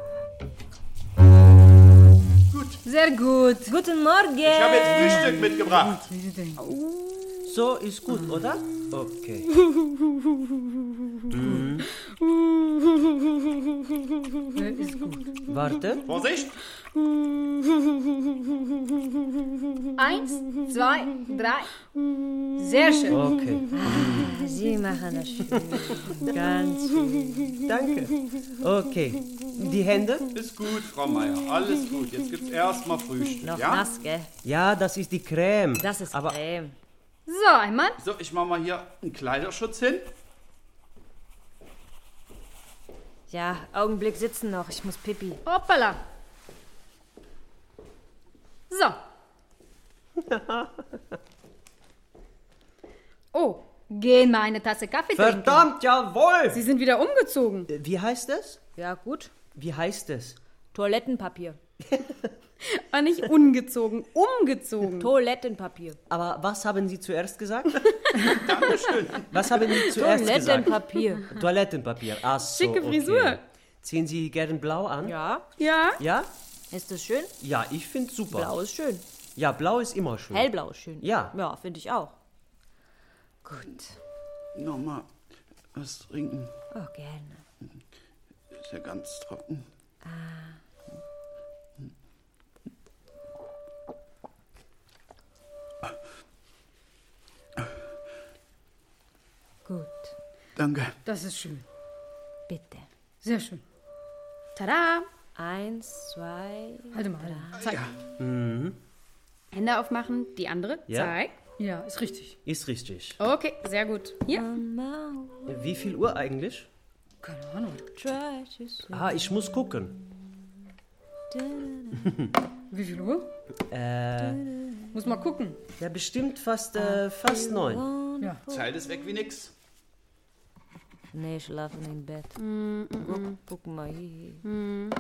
Speaker 2: Sehr gut.
Speaker 3: Guten Morgen.
Speaker 5: Ich habe jetzt Frühstück mitgebracht.
Speaker 4: So ist gut, oder? Okay. Mhm. Warte.
Speaker 5: Vorsicht!
Speaker 2: Eins, zwei, drei. Sehr schön.
Speaker 4: Okay.
Speaker 3: Sie machen das schön. Ganz schön.
Speaker 4: Danke. Okay. Die Hände?
Speaker 5: Ist gut, Frau Meier. Alles gut. Jetzt gibt's erstmal Frühstück.
Speaker 3: Noch
Speaker 5: ja?
Speaker 3: nass, gell?
Speaker 4: Ja, das ist die Creme.
Speaker 3: Das ist
Speaker 4: Aber
Speaker 3: Creme.
Speaker 2: So, einmal.
Speaker 5: So, ich mache mal hier einen Kleiderschutz hin.
Speaker 3: Ja, Augenblick sitzen noch. Ich muss pipi.
Speaker 2: Hoppala. So. Oh, gehen mal eine Tasse Kaffee trinken.
Speaker 4: Verdammt, jawohl!
Speaker 6: Sie sind wieder umgezogen.
Speaker 4: Äh, Wie heißt es?
Speaker 3: Ja, gut.
Speaker 4: Wie heißt es?
Speaker 3: Toilettenpapier.
Speaker 6: Aber nicht ungezogen, umgezogen.
Speaker 3: Toilettenpapier.
Speaker 4: Aber was haben Sie zuerst gesagt? Was haben Sie zuerst gesagt?
Speaker 3: Toilettenpapier.
Speaker 4: Toilettenpapier. Ach so,
Speaker 6: Schicke
Speaker 4: okay.
Speaker 6: Frisur.
Speaker 4: Ziehen Sie gern blau an?
Speaker 3: Ja.
Speaker 6: Ja?
Speaker 4: Ja?
Speaker 3: Ist das schön?
Speaker 4: Ja, ich find's super.
Speaker 3: Blau ist schön.
Speaker 4: Ja, blau ist immer schön.
Speaker 3: Hellblau ist schön.
Speaker 4: Hm. Ja.
Speaker 3: Ja, finde ich auch. Gut.
Speaker 5: Nochmal was trinken.
Speaker 3: Oh, gerne.
Speaker 5: Ist ja ganz trocken.
Speaker 3: Gut.
Speaker 5: Danke.
Speaker 6: Das ist schön.
Speaker 3: Bitte.
Speaker 6: Sehr schön. Tada!
Speaker 3: Eins, zwei.
Speaker 6: Halte mal. Halte. mal. Zeig. Hände aufmachen, die andere.
Speaker 4: Ja.
Speaker 6: Zeig.
Speaker 2: Ja, ist richtig.
Speaker 4: Ist richtig.
Speaker 3: Oh.
Speaker 6: Okay, sehr gut. Hier.
Speaker 3: Now
Speaker 4: Wie viel Uhr eigentlich?
Speaker 2: Keine Ahnung.
Speaker 3: try to sleep.
Speaker 4: Ah, ich muss gucken.
Speaker 2: Wie viel Uhr? Äh. Muss mal gucken.
Speaker 4: Ja, bestimmt fast, äh, fast neun.
Speaker 5: Zeit ist weg wie nix.
Speaker 3: Nee, schlafen im Bett.
Speaker 6: Mm,
Speaker 3: Guck, guck mal hier.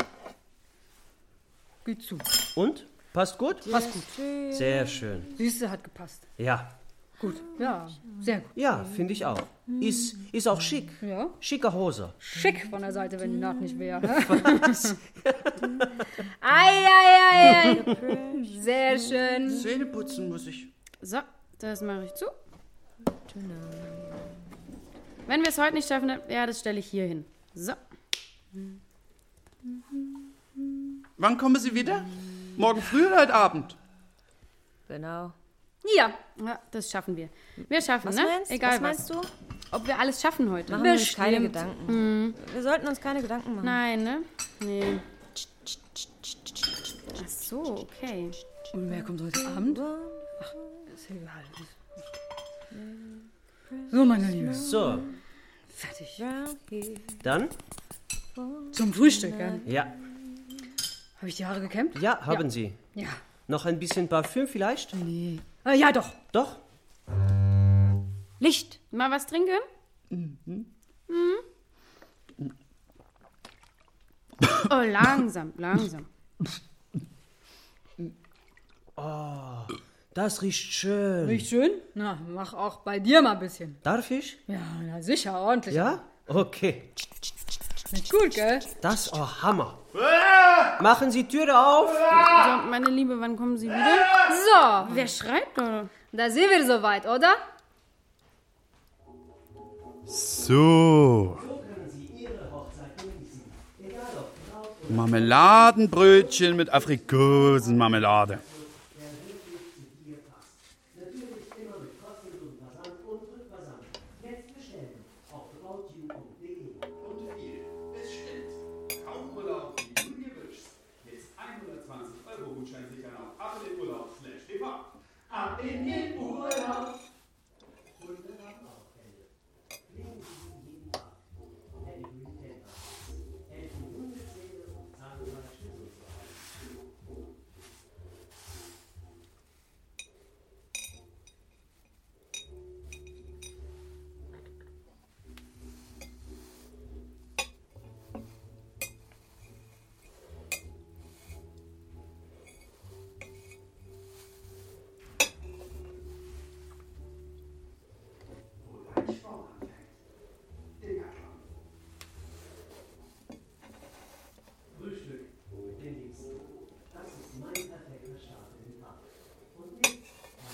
Speaker 2: Geht zu.
Speaker 4: Und? Passt gut?
Speaker 2: Passt gut.
Speaker 4: Sehr schön.
Speaker 2: Siehste, hat gepasst.
Speaker 4: Ja.
Speaker 2: Gut. Ja, sehr gut.
Speaker 4: Ja, finde ich auch. Ist, ist auch schick.
Speaker 2: Ja.
Speaker 4: Schicke Hose.
Speaker 2: Schick von der Seite, wenn die Naht nicht wäre.
Speaker 6: Ei, ei, ei, ei. Sehr schön.
Speaker 5: Zähne putzen muss ich.
Speaker 6: So, das mache ich zu. Wenn wir es heute nicht schaffen, dann, ja, das stelle ich hier hin. So.
Speaker 5: Wann kommen Sie wieder? Morgen früh oder heute Abend?
Speaker 3: Genau.
Speaker 6: Ja. ja das schaffen wir. Wir schaffen,
Speaker 3: Was
Speaker 6: ne?
Speaker 3: meinst,
Speaker 6: Egal
Speaker 3: was meinst du?
Speaker 6: Ob wir alles schaffen heute.
Speaker 3: Machen wir uns keine Gedanken. Wir sollten uns keine Gedanken machen.
Speaker 6: Mm. Nein, ne? Nee. Ach so, okay.
Speaker 2: Und wer kommt heute Abend? Ist egal. So, meine Liebe.
Speaker 4: So,
Speaker 2: Fertig.
Speaker 4: dann?
Speaker 2: Zum Frühstück, ja.
Speaker 4: Ja.
Speaker 2: Habe ich die Haare gekämmt?
Speaker 4: Ja, haben Sie.
Speaker 2: Ja.
Speaker 4: Noch ein bisschen Parfüm vielleicht?
Speaker 2: Ah, ja, doch.
Speaker 4: Doch?
Speaker 3: Licht!
Speaker 6: Mal was trinken? Mhm. Oh, langsam, langsam.
Speaker 4: Das riecht schön.
Speaker 2: Riecht schön? Na, mach auch bei dir mal ein bisschen.
Speaker 4: Darf ich?
Speaker 2: Ja, na sicher, ordentlich.
Speaker 4: Ja? Okay.
Speaker 2: Nicht gut, gell?
Speaker 4: Das ist oh, Hammer. Machen Sie Türe auf.
Speaker 6: So, meine Liebe, wann kommen Sie wieder?
Speaker 2: So,
Speaker 6: Wer schreibt da?
Speaker 2: da sind wir soweit, oder?
Speaker 5: So. Marmeladenbrötchen mit Aprikosenmarmelade.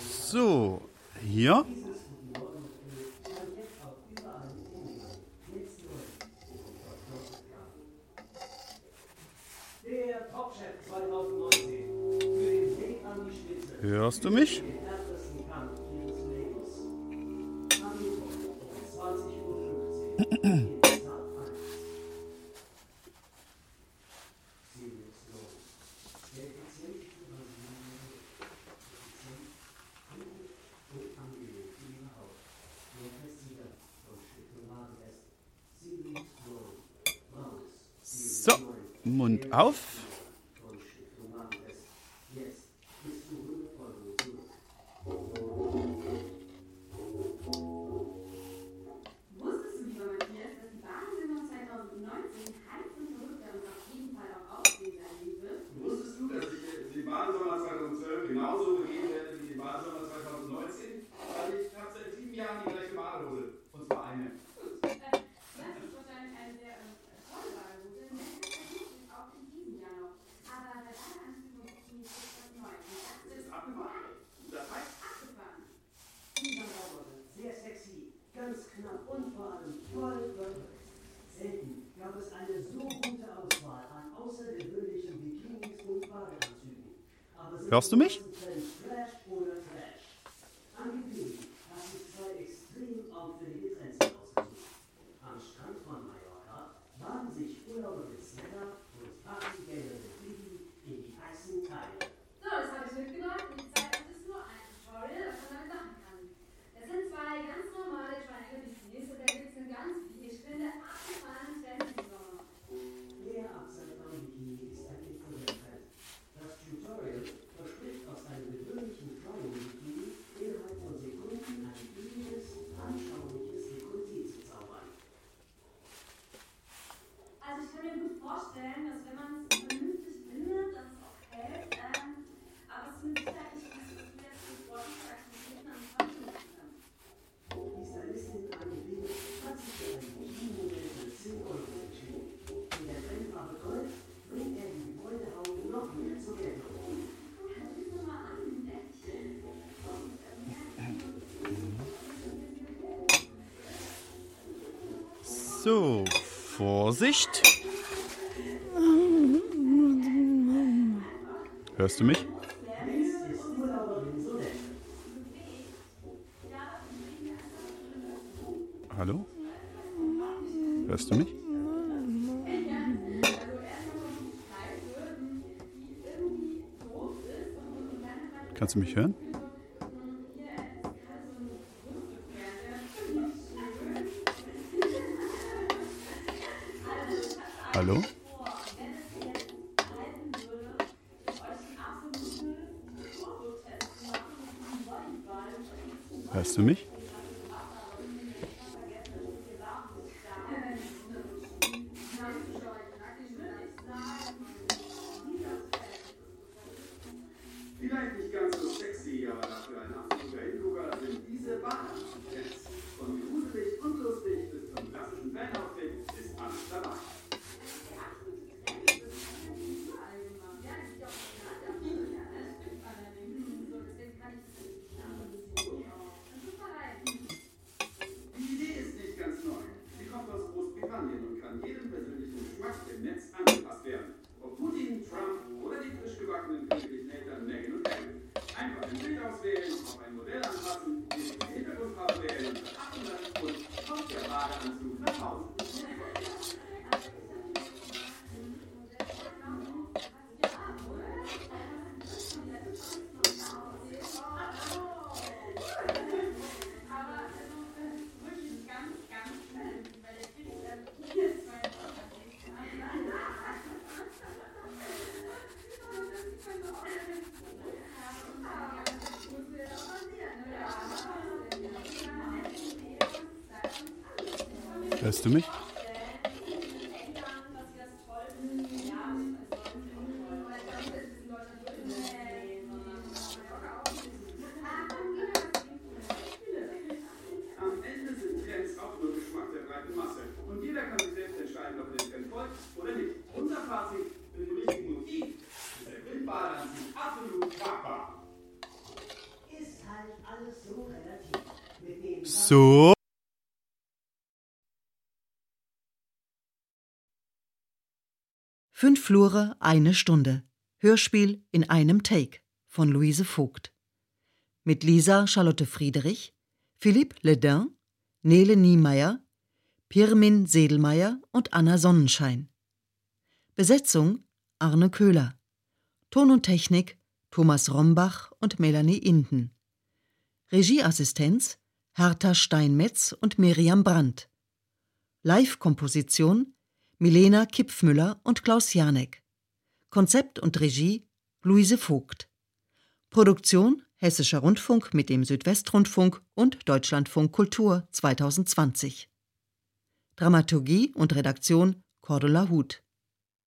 Speaker 5: So, hier. Hörst du mich? So, Mund auf.
Speaker 7: Wusstest du, lieber Matthias, dass die Wahnsinn 2019 heiß und verrückt und auf jeden Fall auch aufregend erlebt wird?
Speaker 5: Wusstest du, dass ich den Badesommer 2012 genauso begehen werde wie den Badesommer 2019? Also ich habe seit sieben Jahren die gleiche Badehose. Und zwar eine.
Speaker 7: Das ist wahrscheinlich eine sehr äh, tolle Wahlroute, in der
Speaker 9: knapp und vor allem voll Wölfe. Selten gab es eine so gute Auswahl an außergewöhnlichen Bikinis und Badeanzügen. Aber sind
Speaker 5: Hörst du mich?
Speaker 9: Trash oder Trash? Angegeben haben sich zwei extrem auffällige Trends ausgesucht. Am Strand von Mallorca wagen sich Urlauber mit Snapper und Partygelder mit Bibi in die heißen Teile.
Speaker 7: So, das habe ich mitgenommen. Ich zeige euch das nur ein Tutorial, was man damit machen kann. Es sind zwei ganz normale Triangle Bikinis und da gibt es eine ganz viel. Ich finde, abgefahren Trendsystem.
Speaker 9: Der Absatz von Bikini ist ein diffuser Trend. Das Tutorial verspricht aus einem gewöhnlichen kleinen Bikini innerhalb von Sekunden ein billiges, anschauliches Dekolleté zu zaubern.
Speaker 7: Also ich kann mir gut vorstellen, dass wenn man es vernünftig bindet, dass es auch hält. Ähm, aber es ist mit Sicherheit nicht was, was wir jetzt mit Sportaktivitäten am Falschen machen können.
Speaker 9: Die Stylistin Anne Will hat sich für ein Bikini-Modell für 10 Euro entschieden. In der Trendfarbe Gold bringt er die Gebäudehaut noch mehr zur Geltung.
Speaker 5: So, Vorsicht. Hörst du mich? Hallo? Hörst du mich? Kannst du mich hören? Hallo? Hörst du mich?
Speaker 9: Vielleicht nicht ganz so sexy, aber dafür ein absoluter Hingucker sind diese Badeanzüge. Von gruselig und lustig bis zum klassischen Fan-Outfit ist alles dabei. Die Idee ist nicht ganz neu. Sie kommt aus Großbritannien und kann jedem persönlichen Geschmack im Netz angepasst werden. Ob Putin, Trump oder die frisch gebackenen Königin Eltern Meghan und Harry. Einfach ein Bild auswählen, auf ein Modell anpassen, die Hintergrundfarbe wählen und für 800 Pfund kommt der Badeanzug nach Hause.
Speaker 5: Hörst du mich?
Speaker 9: Am Ende sind Trends auch nur Geschmack der breiten Masse. Und jeder kann sich selbst entscheiden, ob er dem Trend folgt oder nicht. Unser Fazit für den richtigen Motiv ist der Wildbadeanzug absolut machbar.
Speaker 5: halt So.
Speaker 1: Fünf Flure, eine Stunde. Hörspiel in einem Take von Luise Vogt. Mit Lisa Charlotte Friedrich, Philippe Ledin, Nele Niemeyer, Pirmin Sedelmeier und Anna Sonnenschein. Besetzung Arne Köhler. Ton und Technik Thomas Rombach und Melanie Inden. Regieassistenz Hertha Steinmetz und Miriam Brandt. Live-Komposition Milena Kipfmüller und Klaus Janek. Konzept und Regie Luise Vogt. Produktion Hessischer Rundfunk mit dem Südwestrundfunk und Deutschlandfunk Kultur 2020. Dramaturgie und Redaktion Cordula Huth.